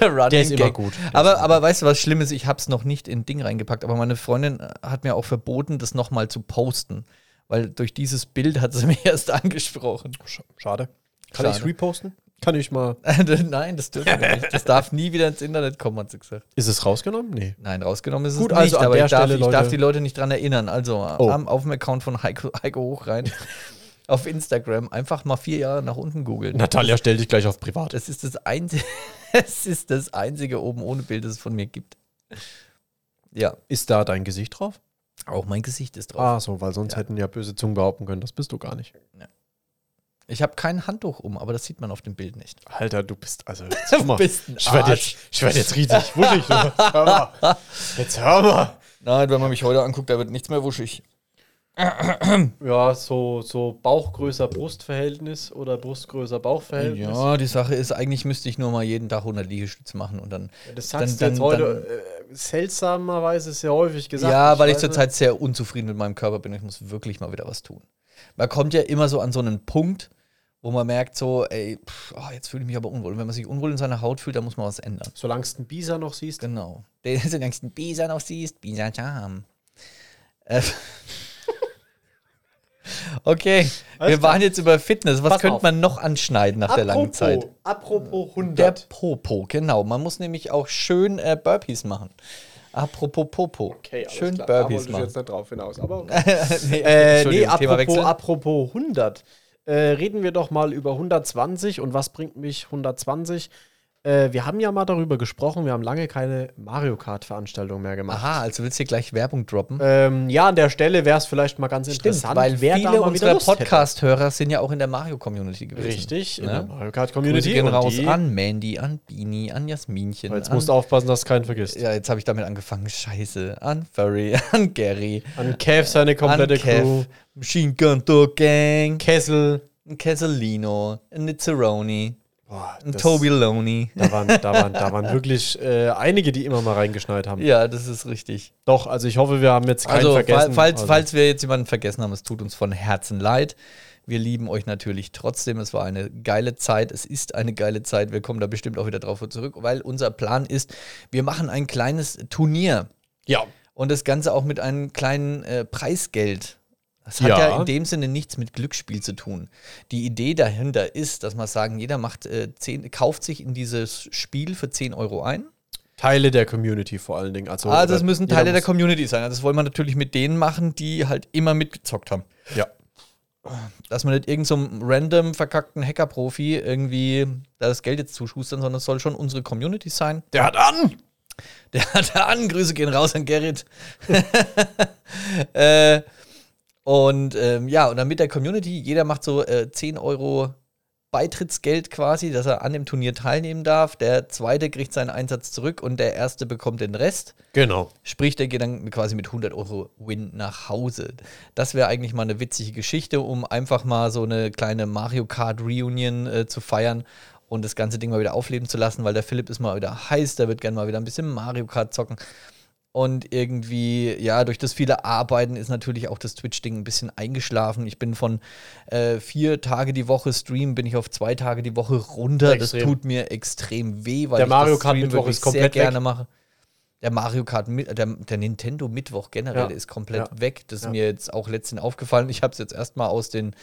Speaker 1: Der Running
Speaker 4: Der ist immer
Speaker 1: Gag.
Speaker 4: gut. Der
Speaker 1: Aber, aber weißt du, was schlimm ist? Ich habe es noch nicht in Ding reingepackt, aber meine Freundin äh, hat mir auch verboten, das nochmal zu posten. Weil durch dieses Bild hat sie mich erst angesprochen.
Speaker 4: Sch- Oh, Schade.
Speaker 1: Schade.
Speaker 4: ich's reposten? Kann ich mal.
Speaker 1: Nein, das dürfen wir nicht. Das darf nie wieder ins Internet kommen, hat sie gesagt.
Speaker 4: Ist es rausgenommen? Nee.
Speaker 1: Nein, rausgenommen ist es
Speaker 4: Gut,
Speaker 1: nicht,
Speaker 4: also an
Speaker 1: aber
Speaker 4: der
Speaker 1: ich, darf,
Speaker 4: Stelle,
Speaker 1: ich darf
Speaker 4: Leute-
Speaker 1: die Leute nicht dran erinnern. Also
Speaker 4: Oh.
Speaker 1: am, auf dem Account von Heiko, Heiko Hochrein auf Instagram einfach mal vier Jahre nach unten googeln.
Speaker 4: Natalia, stell dich gleich auf privat.
Speaker 1: Das ist das einzige, es ist das einzige oben ohne Bild, das es von mir gibt. Ja,
Speaker 4: Ist da dein Gesicht drauf?
Speaker 1: auch mein Gesicht ist drauf.
Speaker 4: Ah, so, weil sonst hätten ja böse Zungen behaupten können, das bist du gar nicht.
Speaker 1: Ich habe kein Handtuch um, aber das sieht man auf dem Bild nicht.
Speaker 4: Alter, du bist also. jetzt hör mal.
Speaker 1: bist ein
Speaker 4: ich werde
Speaker 1: Arsch.
Speaker 4: jetzt, ich werd jetzt riesig wuschig. du. Jetzt hör mal. Jetzt hör mal.
Speaker 1: Nein, wenn man mich heute anguckt, da wird nichts mehr wuschig.
Speaker 4: Ja, so, so Bauchgrößer-Brustverhältnis oder Brustgrößer-Bauchverhältnis.
Speaker 1: Ja, die Sache ist, eigentlich müsste ich nur mal jeden Tag 100 Liegestütze machen und dann.
Speaker 4: Das sagst
Speaker 1: dann,
Speaker 4: du jetzt
Speaker 1: dann-
Speaker 4: heute äh, seltsamerweise sehr häufig gesagt.
Speaker 1: Dann, ja, weil ich
Speaker 4: weiß nicht.
Speaker 1: zurzeit sehr unzufrieden mit meinem Körper bin. Ich muss wirklich mal wieder was tun. Man kommt ja immer so an so einen Punkt, wo man merkt, so, ey, pff, ah, jetzt fühle ich mich aber unwohl. Und wenn man sich unwohl in seiner Haut fühlt, dann muss man was ändern.
Speaker 4: Solange du einen Bisa noch siehst.
Speaker 1: Genau. Den den längsten Bisa noch siehst, Bisa Charm. Äh, Okay, wir waren jetzt über Fitness. Was
Speaker 4: Pass
Speaker 1: könnte
Speaker 4: auf.
Speaker 1: man noch anschneiden nach der langen Zeit?
Speaker 4: Apropos
Speaker 1: Der
Speaker 4: 100.
Speaker 1: Popo, genau. Man muss nämlich auch schön äh, Burpees machen. Apropos Popo.
Speaker 4: Okay, alles
Speaker 1: schön
Speaker 4: klar.
Speaker 1: Burpees
Speaker 4: da wollte ich
Speaker 1: machen.
Speaker 4: jetzt nicht drauf hinaus. Aber okay.
Speaker 1: nee,
Speaker 4: Äh, nee,
Speaker 1: Entschuldigung,
Speaker 4: apropos,
Speaker 1: Themawechsel.
Speaker 4: apropos 100. Äh, reden wir doch mal über 120 und was bringt mich 120? Äh, wir haben ja mal darüber gesprochen, wir haben lange keine Mario Kart-Veranstaltung mehr gemacht.
Speaker 1: Aha, also willst du hier gleich Werbung droppen?
Speaker 4: Ähm, ja, an der Stelle wäre es vielleicht mal ganz
Speaker 1: Stimmt,
Speaker 4: interessant,
Speaker 1: weil
Speaker 4: wer da
Speaker 1: viele
Speaker 4: mal wieder
Speaker 1: unserer
Speaker 4: Lust hätte.
Speaker 1: Podcast-Hörer sind ja auch in der Mario-Community gewesen.
Speaker 4: Richtig, in der
Speaker 1: Ne?
Speaker 4: Mario Kart
Speaker 1: Grüße
Speaker 4: Community.
Speaker 1: gehen
Speaker 4: und
Speaker 1: raus
Speaker 4: die-
Speaker 1: an Mandy, an Bini, an Jasminchen.
Speaker 4: Jetzt
Speaker 1: an,
Speaker 4: musst du aufpassen, dass keinen vergisst.
Speaker 1: ja, jetzt habe ich damit angefangen. Scheiße. An Furry, an Gary,
Speaker 4: An Kev seine komplette
Speaker 1: an Kev,
Speaker 4: Crew.
Speaker 1: Machine Gun Dog Gang,
Speaker 4: Kessel.
Speaker 1: ein Casalino, ein Nizzeroni,
Speaker 4: Boah,
Speaker 1: ein
Speaker 4: das-
Speaker 1: Toby Loney.
Speaker 4: Da waren, da waren, da waren wirklich äh, einige, die immer mal reingeschneit haben.
Speaker 1: Ja, das ist richtig.
Speaker 4: Doch, also ich hoffe, wir haben jetzt keinen
Speaker 1: Also, fa-
Speaker 4: vergessen.
Speaker 1: falls,
Speaker 4: Also,
Speaker 1: falls wir jetzt jemanden vergessen haben, es tut uns von Herzen leid. Wir lieben euch natürlich trotzdem. Es war eine geile Zeit. Es ist eine geile Zeit. Wir kommen da bestimmt auch wieder drauf zurück, weil unser Plan ist, wir machen ein kleines Turnier
Speaker 4: Ja,
Speaker 1: und das Ganze auch mit einem kleinen äh, Preisgeld. Das hat ja.
Speaker 4: Ja.
Speaker 1: in dem Sinne nichts mit Glücksspiel zu tun. Die Idee dahinter ist, dass man sagen, jeder macht äh, 10, kauft sich in dieses Spiel für 10 Euro ein.
Speaker 4: Teile der Community vor allen Dingen. Also,
Speaker 1: also es müssen
Speaker 4: jeder
Speaker 1: Teile der
Speaker 4: muss-
Speaker 1: Community sein. Also das wollen wir natürlich mit denen machen, die halt immer mitgezockt haben.
Speaker 4: Ja.
Speaker 1: Dass man nicht irgendeinem so random verkackten Hacker-Profi irgendwie da das Geld jetzt zuschustern, sondern es soll schon unsere Community sein.
Speaker 4: Der hat an!
Speaker 1: Der hat da an, Grüße gehen raus an Gerrit. äh, und ähm, ja, und dann mit der Community, jeder macht so äh, 10 Euro Beitrittsgeld quasi, dass er an dem Turnier teilnehmen darf. Der zweite kriegt seinen Einsatz zurück und der erste bekommt den Rest.
Speaker 4: Genau.
Speaker 1: Sprich, der geht dann quasi mit 100 Euro Win nach Hause. Das wäre eigentlich mal eine witzige Geschichte, um einfach mal so eine kleine Mario Kart Reunion äh, zu feiern und das ganze Ding mal wieder aufleben zu lassen, weil der Philipp ist mal wieder heiß, der wird gerne mal wieder ein bisschen Mario Kart zocken. Und irgendwie, ja, durch das viele Arbeiten ist natürlich auch das Twitch-Ding ein bisschen eingeschlafen. Ich bin von äh, vier Tage die Woche Stream, bin ich auf zwei Tage die Woche runter.
Speaker 4: Extrem.
Speaker 1: Das tut mir extrem weh, weil
Speaker 4: Der
Speaker 1: ich
Speaker 4: Mario
Speaker 1: das
Speaker 4: Kart
Speaker 1: Stream
Speaker 4: Mittwoch
Speaker 1: wirklich
Speaker 4: ist komplett
Speaker 1: sehr gerne
Speaker 4: weg.
Speaker 1: mache der Mario Kart, mit- der, der Nintendo Mittwoch generell
Speaker 4: Ja.
Speaker 1: ist komplett
Speaker 4: Ja.
Speaker 1: weg. Das ist
Speaker 4: Ja.
Speaker 1: mir jetzt auch letztens aufgefallen. Ich habe es jetzt erstmal aus den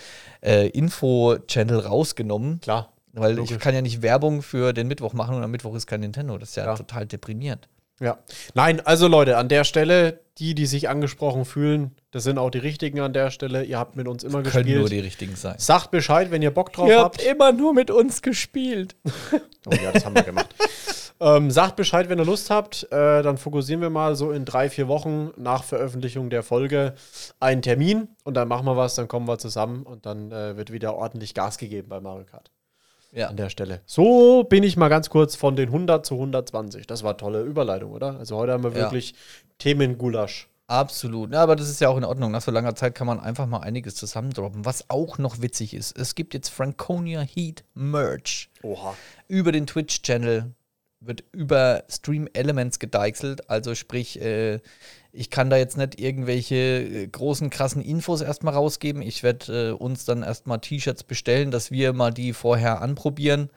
Speaker 1: äh, Info-Channel rausgenommen,
Speaker 4: Klar.
Speaker 1: weil ich
Speaker 4: logisch.
Speaker 1: kann ja nicht Werbung für den Mittwoch machen und am Mittwoch ist kein Nintendo. Das ist ja,
Speaker 4: Ja.
Speaker 1: total deprimierend.
Speaker 4: Ja. Nein, also Leute, an der Stelle, die, die sich angesprochen fühlen, das sind auch die richtigen an der Stelle. Ihr habt mit uns immer
Speaker 1: Können nur
Speaker 4: gespielt.
Speaker 1: die richtigen sein.
Speaker 4: Sagt Bescheid, wenn ihr Bock drauf habt.
Speaker 1: immer nur mit uns gespielt.
Speaker 4: Oh ja, das haben wir gemacht. ähm, sagt Bescheid, wenn ihr Lust habt. Äh, dann fokussieren wir mal so in drei, vier Wochen nach Veröffentlichung der Folge einen Termin und dann machen wir was, dann kommen wir zusammen und dann äh, wird wieder ordentlich Gas gegeben bei Mario Kart.
Speaker 1: Ja.
Speaker 4: An der Stelle. So bin ich mal ganz kurz von den 100 zu 120. Das war tolle Überleitung, oder? Also heute haben wir
Speaker 1: Ja.
Speaker 4: wirklich Themengulasch.
Speaker 1: Absolut. Ja, aber das ist ja auch in Ordnung. Nach so langer Zeit kann man einfach mal einiges zusammendroppen. Was auch noch witzig ist, es gibt jetzt Franconia Heat Merch.
Speaker 4: Oha.
Speaker 1: über den Twitch-Channel wird über Stream Elements gedeichselt. Also sprich, äh, ich kann da jetzt nicht irgendwelche äh, großen, krassen Infos erstmal rausgeben. Ich werde äh, uns dann erstmal T-Shirts bestellen, dass wir mal die vorher anprobieren,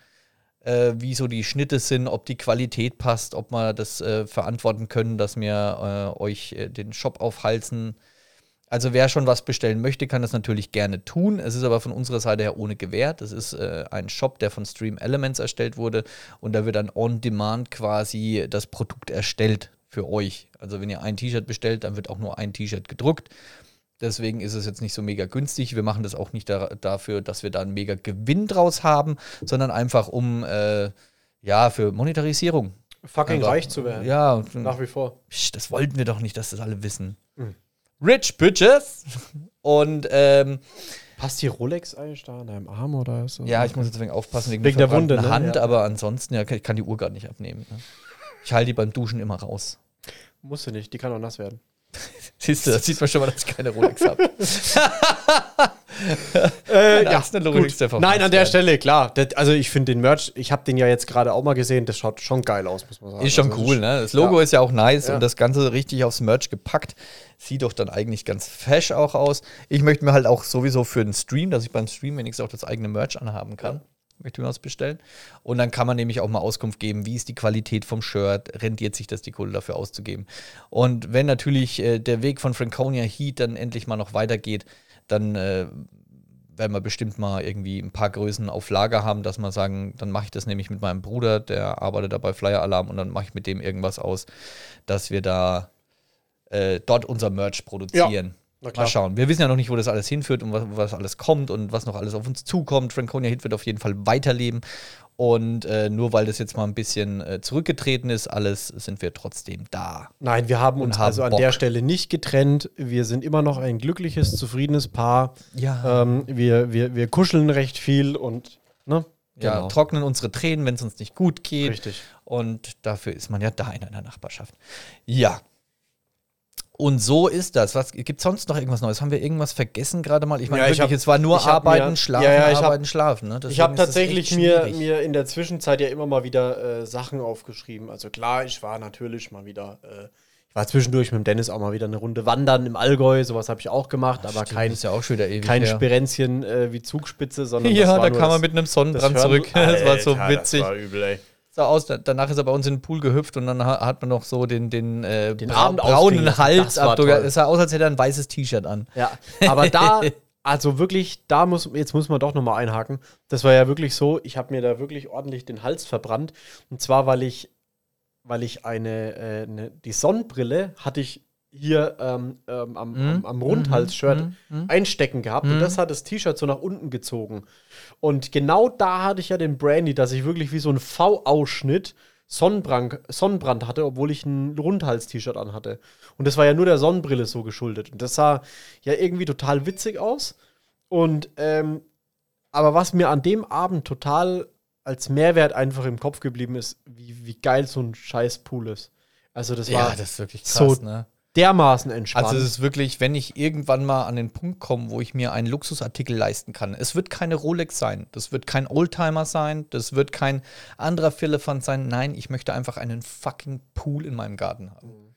Speaker 1: äh, wie so die Schnitte sind, ob die Qualität passt, ob wir das äh, verantworten können, dass wir äh, euch äh, den Shop aufhalsen. Also wer schon was bestellen möchte, kann das natürlich gerne tun. Es ist aber von unserer Seite her ohne gewährt. Es ist äh, ein Shop, der von Stream Elements erstellt wurde und da wird dann on demand quasi das Produkt erstellt für euch. Also wenn ihr ein T-Shirt bestellt, dann wird auch nur ein T-Shirt gedruckt. Deswegen ist es jetzt nicht so mega günstig. Wir machen das auch nicht da dafür, dass wir da einen mega Gewinn draus haben, sondern einfach um äh, ja für Monetarisierung.
Speaker 4: Fucking
Speaker 1: Einfach-
Speaker 4: reich zu werden.
Speaker 1: Ja,
Speaker 4: Nach wie vor.
Speaker 1: Psch, das wollten wir doch nicht, dass das alle wissen.
Speaker 4: Mhm.
Speaker 1: Rich Bitches! Und ähm,
Speaker 4: Passt die Rolex eigentlich da an deinem Arm oder ist das-
Speaker 1: ja, ich muss jetzt wegen aufpassen wegen,
Speaker 4: Wegen
Speaker 1: der
Speaker 4: der Wunde, ne?
Speaker 1: Hand,
Speaker 4: Ja.
Speaker 1: aber ansonsten, ja, ich kann die Uhr gar nicht abnehmen. Ne? Ich halte die beim Duschen immer raus.
Speaker 4: Muss sie nicht, die kann auch nass werden.
Speaker 1: Siehst du, da sieht man schon mal, dass ich keine Rolex habe.
Speaker 4: Äh,
Speaker 1: Da ist eine Logik,
Speaker 4: gut.
Speaker 1: Stefan.
Speaker 4: Nein, an der Stelle, klar. Das, also ich finde den Merch, ich habe den ja jetzt gerade auch mal gesehen, das schaut schon geil aus, muss man sagen.
Speaker 1: Ist schon
Speaker 4: Also,
Speaker 1: cool, ne? Das Logo ist ja auch nice
Speaker 4: Ja.
Speaker 1: und das Ganze richtig aufs Merch gepackt. Sieht doch dann eigentlich ganz fesch auch aus. Ich möchte mir halt auch sowieso für den Stream, dass ich beim Stream wenigstens auch das eigene Merch anhaben kann. Möchte mir was bestellen. Und dann kann man nämlich auch mal Auskunft geben, wie ist die Qualität vom Shirt, rentiert sich das, die Kohle dafür auszugeben. Und wenn natürlich äh, der Weg von Franconia Heat dann endlich mal noch weitergeht, dann äh, werden wir bestimmt mal irgendwie ein paar Größen auf Lager haben, dass wir sagen, dann mache ich das nämlich mit meinem Bruder, der arbeitet da bei Flyer Alarm und dann mache ich mit dem irgendwas aus, dass wir da äh, dort unser Merch produzieren.
Speaker 4: na klar.
Speaker 1: Mal schauen. Wir wissen ja noch nicht, wo das alles hinführt und was, was alles kommt und was noch alles auf uns zukommt. Franconia Hit wird auf jeden Fall weiterleben. Und äh, nur weil das jetzt mal ein bisschen äh, zurückgetreten ist, alles sind wir trotzdem da.
Speaker 4: Nein, wir haben
Speaker 1: Und
Speaker 4: uns
Speaker 1: haben
Speaker 4: also an
Speaker 1: Bock.
Speaker 4: der Stelle nicht getrennt. Wir sind immer noch ein glückliches, zufriedenes Paar.
Speaker 1: Ja.
Speaker 4: Ähm, wir, wir, wir kuscheln recht viel und, ne?
Speaker 1: Ja, trocknen unsere Tränen, wenn es uns nicht gut geht.
Speaker 4: Richtig.
Speaker 1: Und dafür ist man ja da in einer Nachbarschaft. Ja. Und so ist das. Was gibt sonst noch irgendwas Neues? Haben wir irgendwas vergessen gerade mal? Ich meine,
Speaker 4: Ja, ich
Speaker 1: wirklich,
Speaker 4: hab-
Speaker 1: es war nur
Speaker 4: ich hab mir-
Speaker 1: arbeiten, schlafen,
Speaker 4: Ja, ja, ich hab-
Speaker 1: arbeiten, schlafen. Ne?
Speaker 4: Ich
Speaker 1: Deswegen
Speaker 4: habe
Speaker 1: ist das
Speaker 4: tatsächlich
Speaker 1: echt
Speaker 4: mir,
Speaker 1: schwierig.
Speaker 4: mir in der Zwischenzeit ja immer mal wieder äh, Sachen aufgeschrieben. Also klar, ich war natürlich mal wieder, äh, ich war zwischendurch mit dem Dennis auch mal wieder eine Runde wandern im Allgäu, sowas habe ich auch gemacht, aber
Speaker 1: Stimmt,
Speaker 4: kein,
Speaker 1: ist ja auch schon wieder ewig
Speaker 4: kein
Speaker 1: her.
Speaker 4: Sperenzchen äh, wie Zugspitze, sondern das
Speaker 1: Ja,
Speaker 4: war
Speaker 1: da
Speaker 4: nur
Speaker 1: kam er
Speaker 4: das-
Speaker 1: mit einem
Speaker 4: das
Speaker 1: Sonnenbrand
Speaker 4: Hörn-
Speaker 1: zurück. das war so
Speaker 4: Alter,
Speaker 1: witzig.
Speaker 4: Das war übel, ey.
Speaker 1: sah aus. Da- Danach ist er bei uns in den Pool gehüpft und dann ha- hat man noch so den, den, äh,
Speaker 4: Den
Speaker 1: bra
Speaker 4: Abend
Speaker 1: braunen
Speaker 4: ausklingen lassen. Das war
Speaker 1: Halsabdruck.
Speaker 4: toll.
Speaker 1: Es sah aus, als hätte er ein weißes T-Shirt an.
Speaker 4: Ja, aber da, also wirklich, da muss, jetzt muss man doch nochmal einhaken. Das war ja wirklich so, ich habe mir da wirklich ordentlich den Hals verbrannt. Und zwar, weil ich, weil ich eine, äh, eine die Sonnenbrille hatte ich hier ähm, ähm, am, am, am Rundhals-Shirt einstecken gehabt und das hat das T-Shirt so nach unten gezogen. Und genau da hatte ich ja den Brandy, dass ich wirklich wie so ein V-Ausschnitt Sonnenbrand, Sonnenbrand hatte, obwohl ich ein Rundhals-T-Shirt anhatte. Und das war ja nur der Sonnenbrille so geschuldet. Und das sah ja irgendwie total witzig aus. Und ähm, aber was mir an dem Abend total als Mehrwert einfach im Kopf geblieben ist, wie, wie geil so ein scheiß Pool ist. Also das war
Speaker 1: ist wirklich
Speaker 4: so
Speaker 1: ne?
Speaker 4: dermaßen entspannt.
Speaker 1: Also es ist wirklich, wenn ich irgendwann mal an den Punkt komme, wo ich mir einen Luxusartikel leisten kann. Es wird keine Rolex sein, das wird kein Oldtimer sein, das wird kein anderer Philippant sein. Nein, ich möchte einfach einen fucking Pool in meinem Garten
Speaker 4: Mhm.
Speaker 1: haben.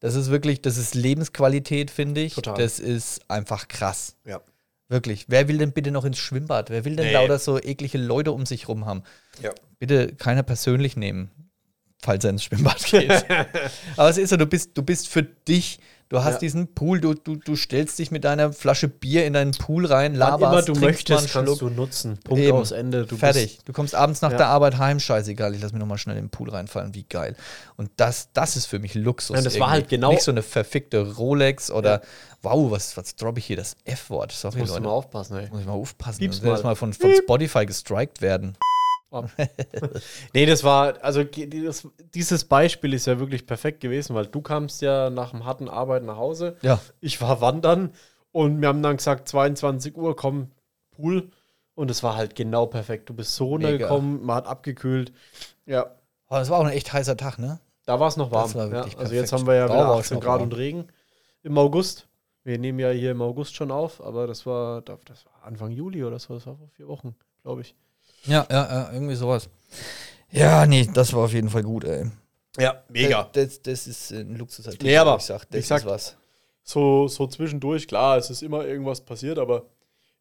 Speaker 1: Das ist wirklich, das ist Lebensqualität, finde ich.
Speaker 4: Total.
Speaker 1: Das ist einfach krass.
Speaker 4: ja.
Speaker 1: Wirklich. Wer will denn bitte noch ins Schwimmbad? Wer will denn
Speaker 4: Nee.
Speaker 1: lauter so eklige Leute um sich rum haben?
Speaker 4: Ja.
Speaker 1: Bitte keiner persönlich nehmen, falls er ins Schwimmbad geht. Aber es ist so, du bist, du bist für dich. Du hast
Speaker 4: Ja.
Speaker 1: diesen Pool, du, du, du stellst dich mit deiner Flasche Bier in deinen Pool rein,
Speaker 4: Wann immer
Speaker 1: laberst,
Speaker 4: du
Speaker 1: trinkst mal einen
Speaker 4: möchtest, kannst
Speaker 1: Schluck.
Speaker 4: du nutzen. Punkt
Speaker 1: Eben.
Speaker 4: aus Ende. Du
Speaker 1: Fertig.
Speaker 4: Bist,
Speaker 1: Du kommst abends nach
Speaker 4: Ja.
Speaker 1: der Arbeit heim, scheißegal, ich lass mich nochmal schnell in den Pool reinfallen, wie geil. Und das, das ist für mich Luxus.
Speaker 4: Nein, das war halt genau-
Speaker 1: Nicht so eine verfickte Rolex oder, wow, was, was droppe ich hier, das F-Wort. Sorry,
Speaker 4: musst
Speaker 1: Leute.
Speaker 4: du mal aufpassen, ey.
Speaker 1: Muss ich mal aufpassen.
Speaker 4: Piep's
Speaker 1: dass wir
Speaker 4: mal.
Speaker 1: jetzt mal von, von Spotify gestrikt werden.
Speaker 4: Nee, das war, also ge- die- das, dieses Beispiel ist ja wirklich perfekt gewesen, weil du kamst ja nach dem harten Arbeit nach Hause.
Speaker 1: Ja.
Speaker 4: Ich war wandern und wir haben dann gesagt, 22 Uhr, komm, Pool. Und es war halt genau perfekt. Du bist so runtergekommen, man hat abgekühlt. Ja,
Speaker 1: Oh, das war auch ein echt heißer Tag, ne?
Speaker 4: da war es noch warm.
Speaker 1: Das war
Speaker 4: ja,
Speaker 1: wirklich
Speaker 4: also jetzt
Speaker 1: perfekt.
Speaker 4: haben wir ja
Speaker 1: Da
Speaker 4: wieder
Speaker 1: war es
Speaker 4: 18
Speaker 1: noch
Speaker 4: Grad
Speaker 1: warm.
Speaker 4: und Regen im August. Wir nehmen ja hier im August schon auf, aber das war, da- das war Anfang Juli oder so, das war vor vier Wochen, glaube ich.
Speaker 1: Ja, ja, ja, irgendwie sowas. Ja, nee, das war auf jeden Fall gut, ey.
Speaker 4: Ja,
Speaker 1: Äh, Das, das ist ein Luxusartikel,
Speaker 4: Nee, aber,
Speaker 1: ich sag,
Speaker 4: wie
Speaker 1: das
Speaker 4: gesagt,
Speaker 1: ist was.
Speaker 4: so, so zwischendurch, klar, es ist immer irgendwas passiert, aber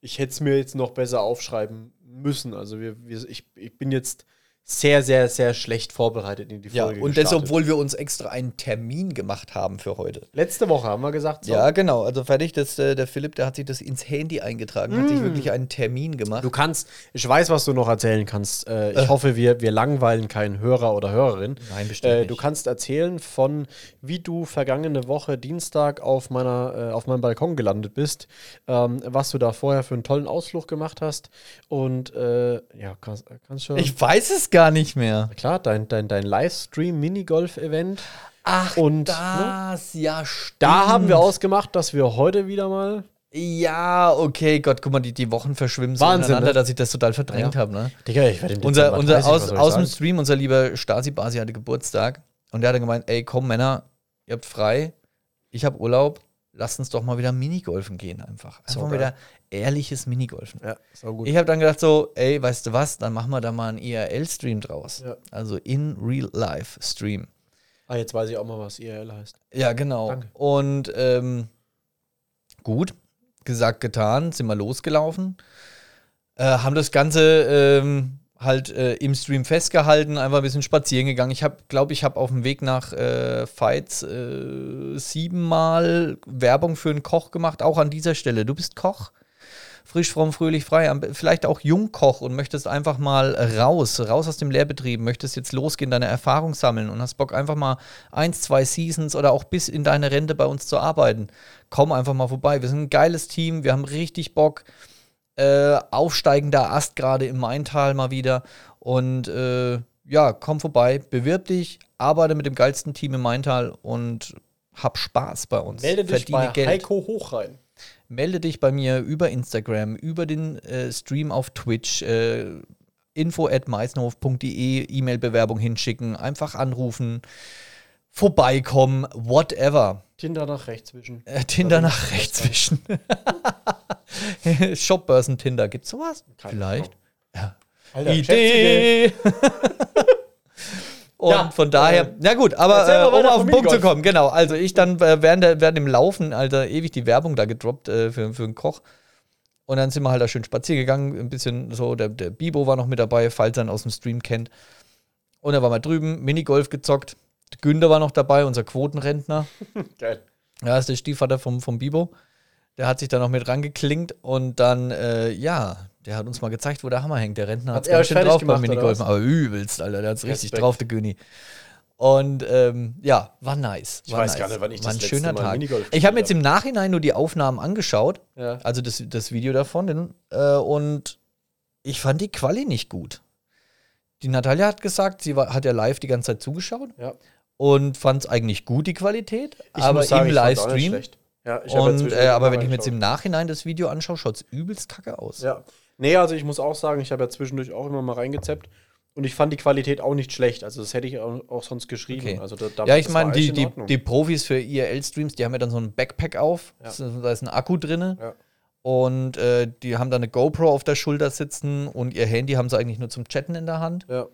Speaker 4: ich hätte es mir jetzt noch besser aufschreiben müssen. Also wir, wir, ich, ich bin jetzt sehr, sehr, sehr schlecht vorbereitet in die
Speaker 1: Ja,
Speaker 4: Folge.
Speaker 1: und das,
Speaker 4: gestartet.
Speaker 1: obwohl wir uns extra einen Termin gemacht haben für heute.
Speaker 4: Letzte Woche haben wir gesagt, so,
Speaker 1: Ja, genau. Also fertig, das, äh, der Philipp, der hat sich das ins Handy eingetragen, hat sich wirklich einen Termin gemacht.
Speaker 4: Mm. du kannst, ich weiß, was du noch erzählen kannst. Äh, ich hoffe, wir, wir langweilen keinen Hörer oder Hörerin.
Speaker 1: Nein, bestimmt
Speaker 4: Äh,
Speaker 1: nicht.
Speaker 4: du kannst erzählen von, wie du vergangene Woche Dienstag auf, meiner, äh, auf meinem Balkon gelandet bist, ähm, was du da vorher für einen tollen Ausflug gemacht hast. Und äh, ja, kannst, kannst schon.
Speaker 1: Ich weiß es gar nicht mehr.
Speaker 4: Klar, dein, dein, dein Livestream-Minigolf-Event.
Speaker 1: Ach,
Speaker 4: Und ne,
Speaker 1: das, ja, stimmt.
Speaker 4: da haben wir ausgemacht, dass wir heute wieder mal.
Speaker 1: Ja, okay, Gott, guck mal, die, die Wochen verschwimmen so
Speaker 4: Wahnsinn,
Speaker 1: ineinander,
Speaker 4: ne?
Speaker 1: dass ich das total verdrängt
Speaker 4: Ja.
Speaker 1: habe, ne?
Speaker 4: Digga, ich werde
Speaker 1: Unser, unser aus, aus dem Stream, unser lieber Stasi Basi hatte Geburtstag und der hat dann gemeint, ey, komm Männer, ihr habt frei, ich hab Urlaub, lasst uns doch mal wieder Minigolfen gehen einfach. Einfach
Speaker 4: So
Speaker 1: mal
Speaker 4: geil.
Speaker 1: wieder ehrliches Minigolfen.
Speaker 4: Ja, so gut.
Speaker 1: Ich habe dann gedacht so, ey, weißt du was, dann machen wir da mal einen IRL-Stream draus.
Speaker 4: Ja.
Speaker 1: Also in real life Stream.
Speaker 4: ah, jetzt weiß ich auch mal, was IRL heißt.
Speaker 1: Ja, genau.
Speaker 4: Danke.
Speaker 1: Und ähm, gut, gesagt, getan, sind wir losgelaufen. Äh, haben das Ganze, ähm, halt äh, im Stream festgehalten, einfach ein bisschen spazieren gegangen. Ich glaube, ich habe auf dem Weg nach äh, Fights äh, siebenmal Werbung für einen Koch gemacht, auch an dieser Stelle. Du bist Koch, frisch, fromm, fröhlich, frei, am- vielleicht auch Jungkoch und möchtest einfach mal raus, raus aus dem Lehrbetrieb, möchtest jetzt losgehen, deine Erfahrung sammeln und hast Bock, einfach mal eins, zwei Seasons oder auch bis in deine Rente bei uns zu arbeiten. Komm einfach mal vorbei. Wir sind ein geiles Team, wir haben richtig Bock äh, aufsteigender Ast gerade im Maintal mal wieder. Und äh, ja, komm vorbei, bewirb dich, arbeite mit dem geilsten Team im Maintal und hab Spaß bei uns.
Speaker 4: Melde dich
Speaker 1: Verdiene
Speaker 4: bei
Speaker 1: Geld.
Speaker 4: Heiko Hochrein.
Speaker 1: Melde dich bei mir über Instagram, über den äh, Stream auf Twitch, äh, info at meißenhof.de, E, E-Mail-Bewerbung hinschicken, einfach anrufen, vorbeikommen, whatever.
Speaker 4: Tinder nach rechts wischen.
Speaker 1: Äh, Tinder
Speaker 4: Oder
Speaker 1: nach rechts wischen. Shopbörsen-Tinder, gibt's sowas?
Speaker 4: Keine
Speaker 1: Vielleicht.
Speaker 2: Alter,
Speaker 1: Idee. Und
Speaker 4: Ja,
Speaker 1: von daher, na gut, aber
Speaker 4: erzähl
Speaker 1: äh,
Speaker 4: mal
Speaker 1: um
Speaker 4: weiter
Speaker 1: auf
Speaker 4: vom
Speaker 1: den Punkt zu
Speaker 4: Minigolf.
Speaker 1: kommen, genau. Also ich dann äh, während, der, während dem Laufen, Alter, ewig die Werbung da gedroppt äh, für, für einen Koch. Und dann sind wir halt da schön spazieren gegangen, ein bisschen so, der, der Bibo war noch mit dabei, falls er ihn aus dem Stream kennt. Und dann waren wir drüben, Minigolf gezockt. Günther war noch dabei, unser Quotenrentner.
Speaker 4: Geil.
Speaker 1: Ja, ist der Stiefvater vom, vom Bibo. Der hat sich da noch mit rangeklingt und dann, äh, ja, der hat uns mal gezeigt, wo der Hammer hängt. Der Rentner hat
Speaker 4: Hat
Speaker 1: es
Speaker 4: er
Speaker 1: ganz
Speaker 4: euch
Speaker 1: schön
Speaker 4: fertig
Speaker 1: drauf beim
Speaker 4: gemacht, oder
Speaker 1: Minigolfen.
Speaker 4: was?
Speaker 1: Aber übelst, Alter, der hat es richtig
Speaker 4: Respekt.
Speaker 1: drauf, der Güni. Und ähm, ja, war nice.
Speaker 4: Ich
Speaker 1: war
Speaker 4: weiß
Speaker 1: nice.
Speaker 4: gar nicht, wann ich
Speaker 1: war
Speaker 4: das
Speaker 1: ein
Speaker 4: letzte
Speaker 1: schöner
Speaker 4: Mal
Speaker 1: Tag.
Speaker 4: Minigolf
Speaker 1: Ich habe mir jetzt
Speaker 4: gespielt
Speaker 1: im Nachhinein nur die Aufnahmen angeschaut,
Speaker 4: Ja.
Speaker 1: also das, das Video davon, denn, äh, und ich fand die Quali nicht gut. Die Natalia hat gesagt, sie war, hat ja live die ganze Zeit zugeschaut
Speaker 4: Ja.
Speaker 1: und fand es eigentlich gut, die Qualität,
Speaker 4: Ich
Speaker 1: aber
Speaker 4: muss sagen,
Speaker 1: im
Speaker 4: ich fand's auch nicht
Speaker 1: Livestream.
Speaker 4: schlecht. Ja, ich hab ja
Speaker 1: Und,
Speaker 4: zwischendurch
Speaker 1: äh, aber
Speaker 4: mal
Speaker 1: wenn ich mir jetzt
Speaker 4: reingeschaut.
Speaker 1: im Nachhinein das Video anschaue, schaut es übelst kacke aus.
Speaker 4: Ja. Nee, also ich muss auch sagen, ich habe ja zwischendurch auch immer mal reingezappt und ich fand die Qualität auch nicht schlecht. Also das hätte ich auch, auch sonst geschrieben.
Speaker 1: Okay.
Speaker 4: Also da, da,
Speaker 1: Ja, ich
Speaker 4: das war
Speaker 1: meine,
Speaker 4: echt
Speaker 1: die,
Speaker 4: in
Speaker 1: die,
Speaker 4: Ordnung.
Speaker 1: die Profis für IRL-Streams, die haben ja dann so ein Backpack auf,
Speaker 4: Ja.
Speaker 1: Das ist- da ist ein Akku drin
Speaker 4: Ja.
Speaker 1: und äh, die haben dann eine GoPro auf der Schulter sitzen und ihr Handy haben sie eigentlich nur zum Chatten in der Hand.
Speaker 4: Ja.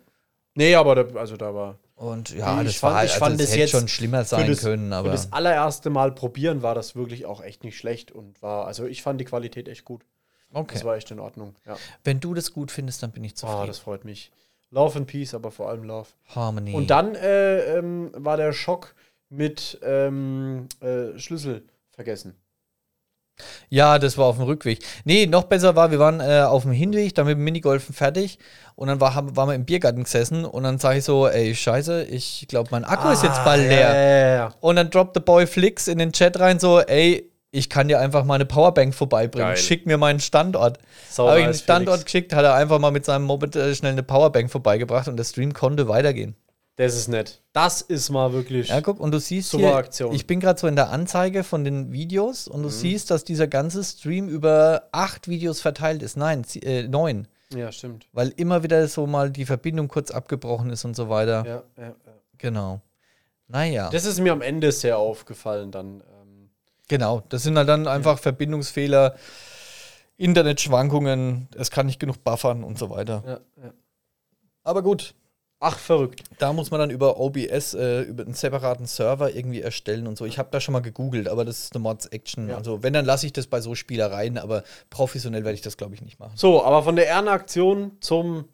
Speaker 4: Nee, aber da, also da war.
Speaker 1: Und ja,
Speaker 4: Ich
Speaker 1: das
Speaker 4: fand-
Speaker 1: war
Speaker 4: ich
Speaker 1: halt, also
Speaker 4: fand
Speaker 1: das
Speaker 4: es
Speaker 1: hätte
Speaker 4: jetzt
Speaker 1: schon schlimmer sein
Speaker 4: für das,
Speaker 1: können, aber
Speaker 4: Für das allererste Mal probieren war das wirklich auch echt nicht schlecht und war, also ich fand die Qualität echt gut.
Speaker 1: okay.
Speaker 4: Das war echt in Ordnung. Ja.
Speaker 1: Wenn du das gut findest, dann bin ich
Speaker 4: Ah,
Speaker 1: zufrieden.
Speaker 4: das freut mich. Love and Peace, aber vor allem Love.
Speaker 1: Harmony.
Speaker 4: Und dann äh, ähm, war der Schock mit ähm, äh, Schlüssel vergessen.
Speaker 1: Ja, das war auf dem Rückweg. Nee, noch besser war, wir waren äh, auf dem Hinweg, dann mit dem Minigolfen fertig und dann war, haben, waren wir im Biergarten gesessen und dann sage ich so, ey, scheiße, ich glaube, mein Akku ist jetzt bald
Speaker 4: Ah,
Speaker 1: leer.
Speaker 4: Ja, ja, ja, ja.
Speaker 1: Und dann droppt der Boy Flix in den Chat rein so, ey, ich kann dir einfach meine Powerbank vorbeibringen,
Speaker 4: Geil.
Speaker 1: schick mir meinen Standort.
Speaker 4: Sau
Speaker 1: Habe ich den
Speaker 4: nice,
Speaker 1: Standort
Speaker 4: Felix.
Speaker 1: geschickt, hat er einfach mal mit seinem Moped äh, schnell eine Powerbank vorbeigebracht und der Stream konnte weitergehen.
Speaker 4: Das ist nett. Das ist mal wirklich.
Speaker 1: Ja, guck, und du siehst
Speaker 4: Super
Speaker 1: hier,
Speaker 4: Aktion. Mhm.
Speaker 1: ich bin gerade so in der Anzeige von den Videos und du siehst, dass dieser ganze Stream über acht Videos verteilt ist. Nein, zie- äh, neun.
Speaker 4: Ja, stimmt.
Speaker 1: Weil immer wieder so mal die Verbindung kurz abgebrochen ist und so weiter.
Speaker 4: Ja, ja, ja.
Speaker 1: Genau. Naja,
Speaker 4: Das ist mir am Ende sehr aufgefallen dann. Ähm,
Speaker 1: genau. Das sind halt dann einfach Verbindungsfehler, Internetschwankungen, es kann nicht genug buffern und so weiter.
Speaker 4: ja, ja.
Speaker 1: Aber gut,
Speaker 4: Ach, verrückt.
Speaker 1: Da muss man dann über OBS, äh, über einen separaten Server irgendwie erstellen und so. Ich habe da schon mal gegoogelt, aber das ist eine Mods-Action.
Speaker 4: Ja.
Speaker 1: Also, wenn, dann lasse ich das bei so Spielereien, aber professionell werde ich das, glaube ich, nicht machen.
Speaker 4: So, aber von der Ehrenaktion zum,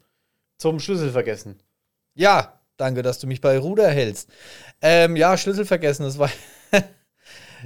Speaker 4: zum Schlüssel vergessen.
Speaker 1: Ja, danke, dass du mich bei Ruder hältst. Ähm, ja, Schlüssel vergessen, das war.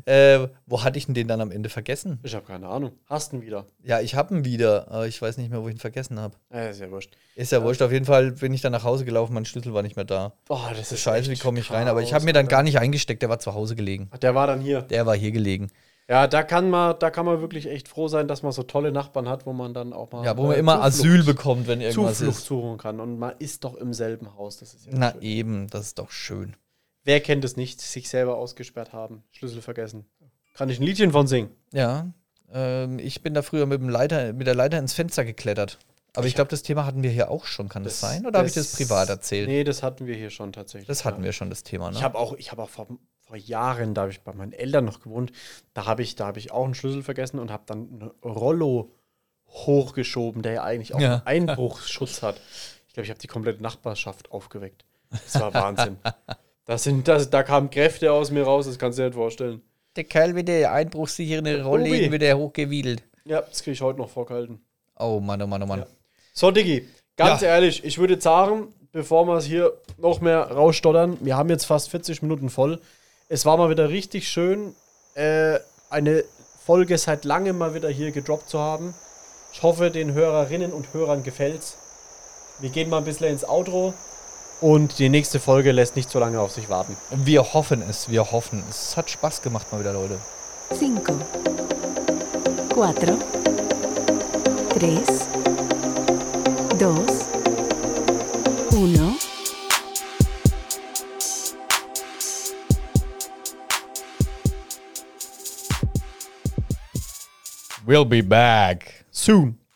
Speaker 1: äh, wo hatte ich denn den dann am Ende vergessen?
Speaker 4: Ich habe keine Ahnung. Hast ihn wieder.
Speaker 1: Ja, ich habe ihn wieder, aber ich weiß nicht mehr, wo ich ihn vergessen habe.
Speaker 4: Äh, ist ja wurscht.
Speaker 1: Ist ja wurscht, auf jeden Fall bin ich dann nach Hause gelaufen, mein Schlüssel war nicht mehr da.
Speaker 4: Boah, das ist
Speaker 1: Scheiße, wie
Speaker 4: echt
Speaker 1: komme ich rein? Aber ich habe
Speaker 4: Chaos,
Speaker 1: mir dann
Speaker 4: Alter.
Speaker 1: gar nicht eingesteckt, der war zu Hause gelegen.
Speaker 4: Ach, Der war dann hier.
Speaker 1: Der war hier gelegen.
Speaker 4: Ja, da kann man, da kann man wirklich echt froh sein, dass man so tolle Nachbarn hat, wo man dann auch mal.
Speaker 1: Ja, wo man
Speaker 4: äh,
Speaker 1: immer Asyl
Speaker 4: Zuflucht-
Speaker 1: bekommt, wenn irgendwas
Speaker 4: Zuflucht
Speaker 1: ist.
Speaker 4: suchen kann. Und man ist doch im selben Haus. Das ist ja
Speaker 1: Na
Speaker 4: schön.
Speaker 1: eben, das ist doch schön.
Speaker 4: Wer kennt es nicht? Sich selber ausgesperrt haben, Schlüssel vergessen. Kann ich ein Liedchen von singen?
Speaker 1: Ja, ähm, ich bin da früher mit, dem Leiter, mit der Leiter ins Fenster geklettert. Aber ich glaube, das Thema hatten wir hier auch schon, kann das, sein? Oder habe ich das privat erzählt?
Speaker 4: Nee, das hatten wir hier schon tatsächlich.
Speaker 1: Das hatten wir schon, das Thema, ne?
Speaker 4: Ich habe auch, ich habe auch vor, vor Jahren, da habe ich bei meinen Eltern noch gewohnt, da habe ich, da habe ich auch einen Schlüssel vergessen und habe dann einen Rollo hochgeschoben, der ja eigentlich auch
Speaker 1: Ja.
Speaker 4: einen Einbruchsschutz hat. Ich glaube, ich habe die komplette Nachbarschaft aufgeweckt. Das war Wahnsinn. Das sind, das, da kamen Kräfte aus mir raus, das kannst du dir nicht vorstellen.
Speaker 1: der Kerl mit der einbruchssicheren
Speaker 4: Rolle Obi.
Speaker 1: wieder hochgewiedelt.
Speaker 4: Ja, das kriege ich heute noch vorgehalten.
Speaker 1: Oh Mann, oh Mann, oh Mann.
Speaker 4: So, Diggi, Ganz
Speaker 1: Ja.
Speaker 4: ehrlich, ich würde sagen, bevor wir es hier noch mehr rausstottern, wir haben jetzt fast 40 Minuten voll. Es war mal wieder richtig schön, äh, eine Folge seit langem mal wieder hier gedroppt zu haben. Ich hoffe, den Hörerinnen und Hörern gefällt's. Wir gehen mal ein bisschen ins Outro und die nächste Folge lässt nicht so lange auf sich warten.
Speaker 1: Wir hoffen es, wir hoffen es. Es hat Spaß gemacht mal wieder, Leute.
Speaker 5: 5, 4, 3, 2, 1.
Speaker 1: We'll be back.
Speaker 4: Soon.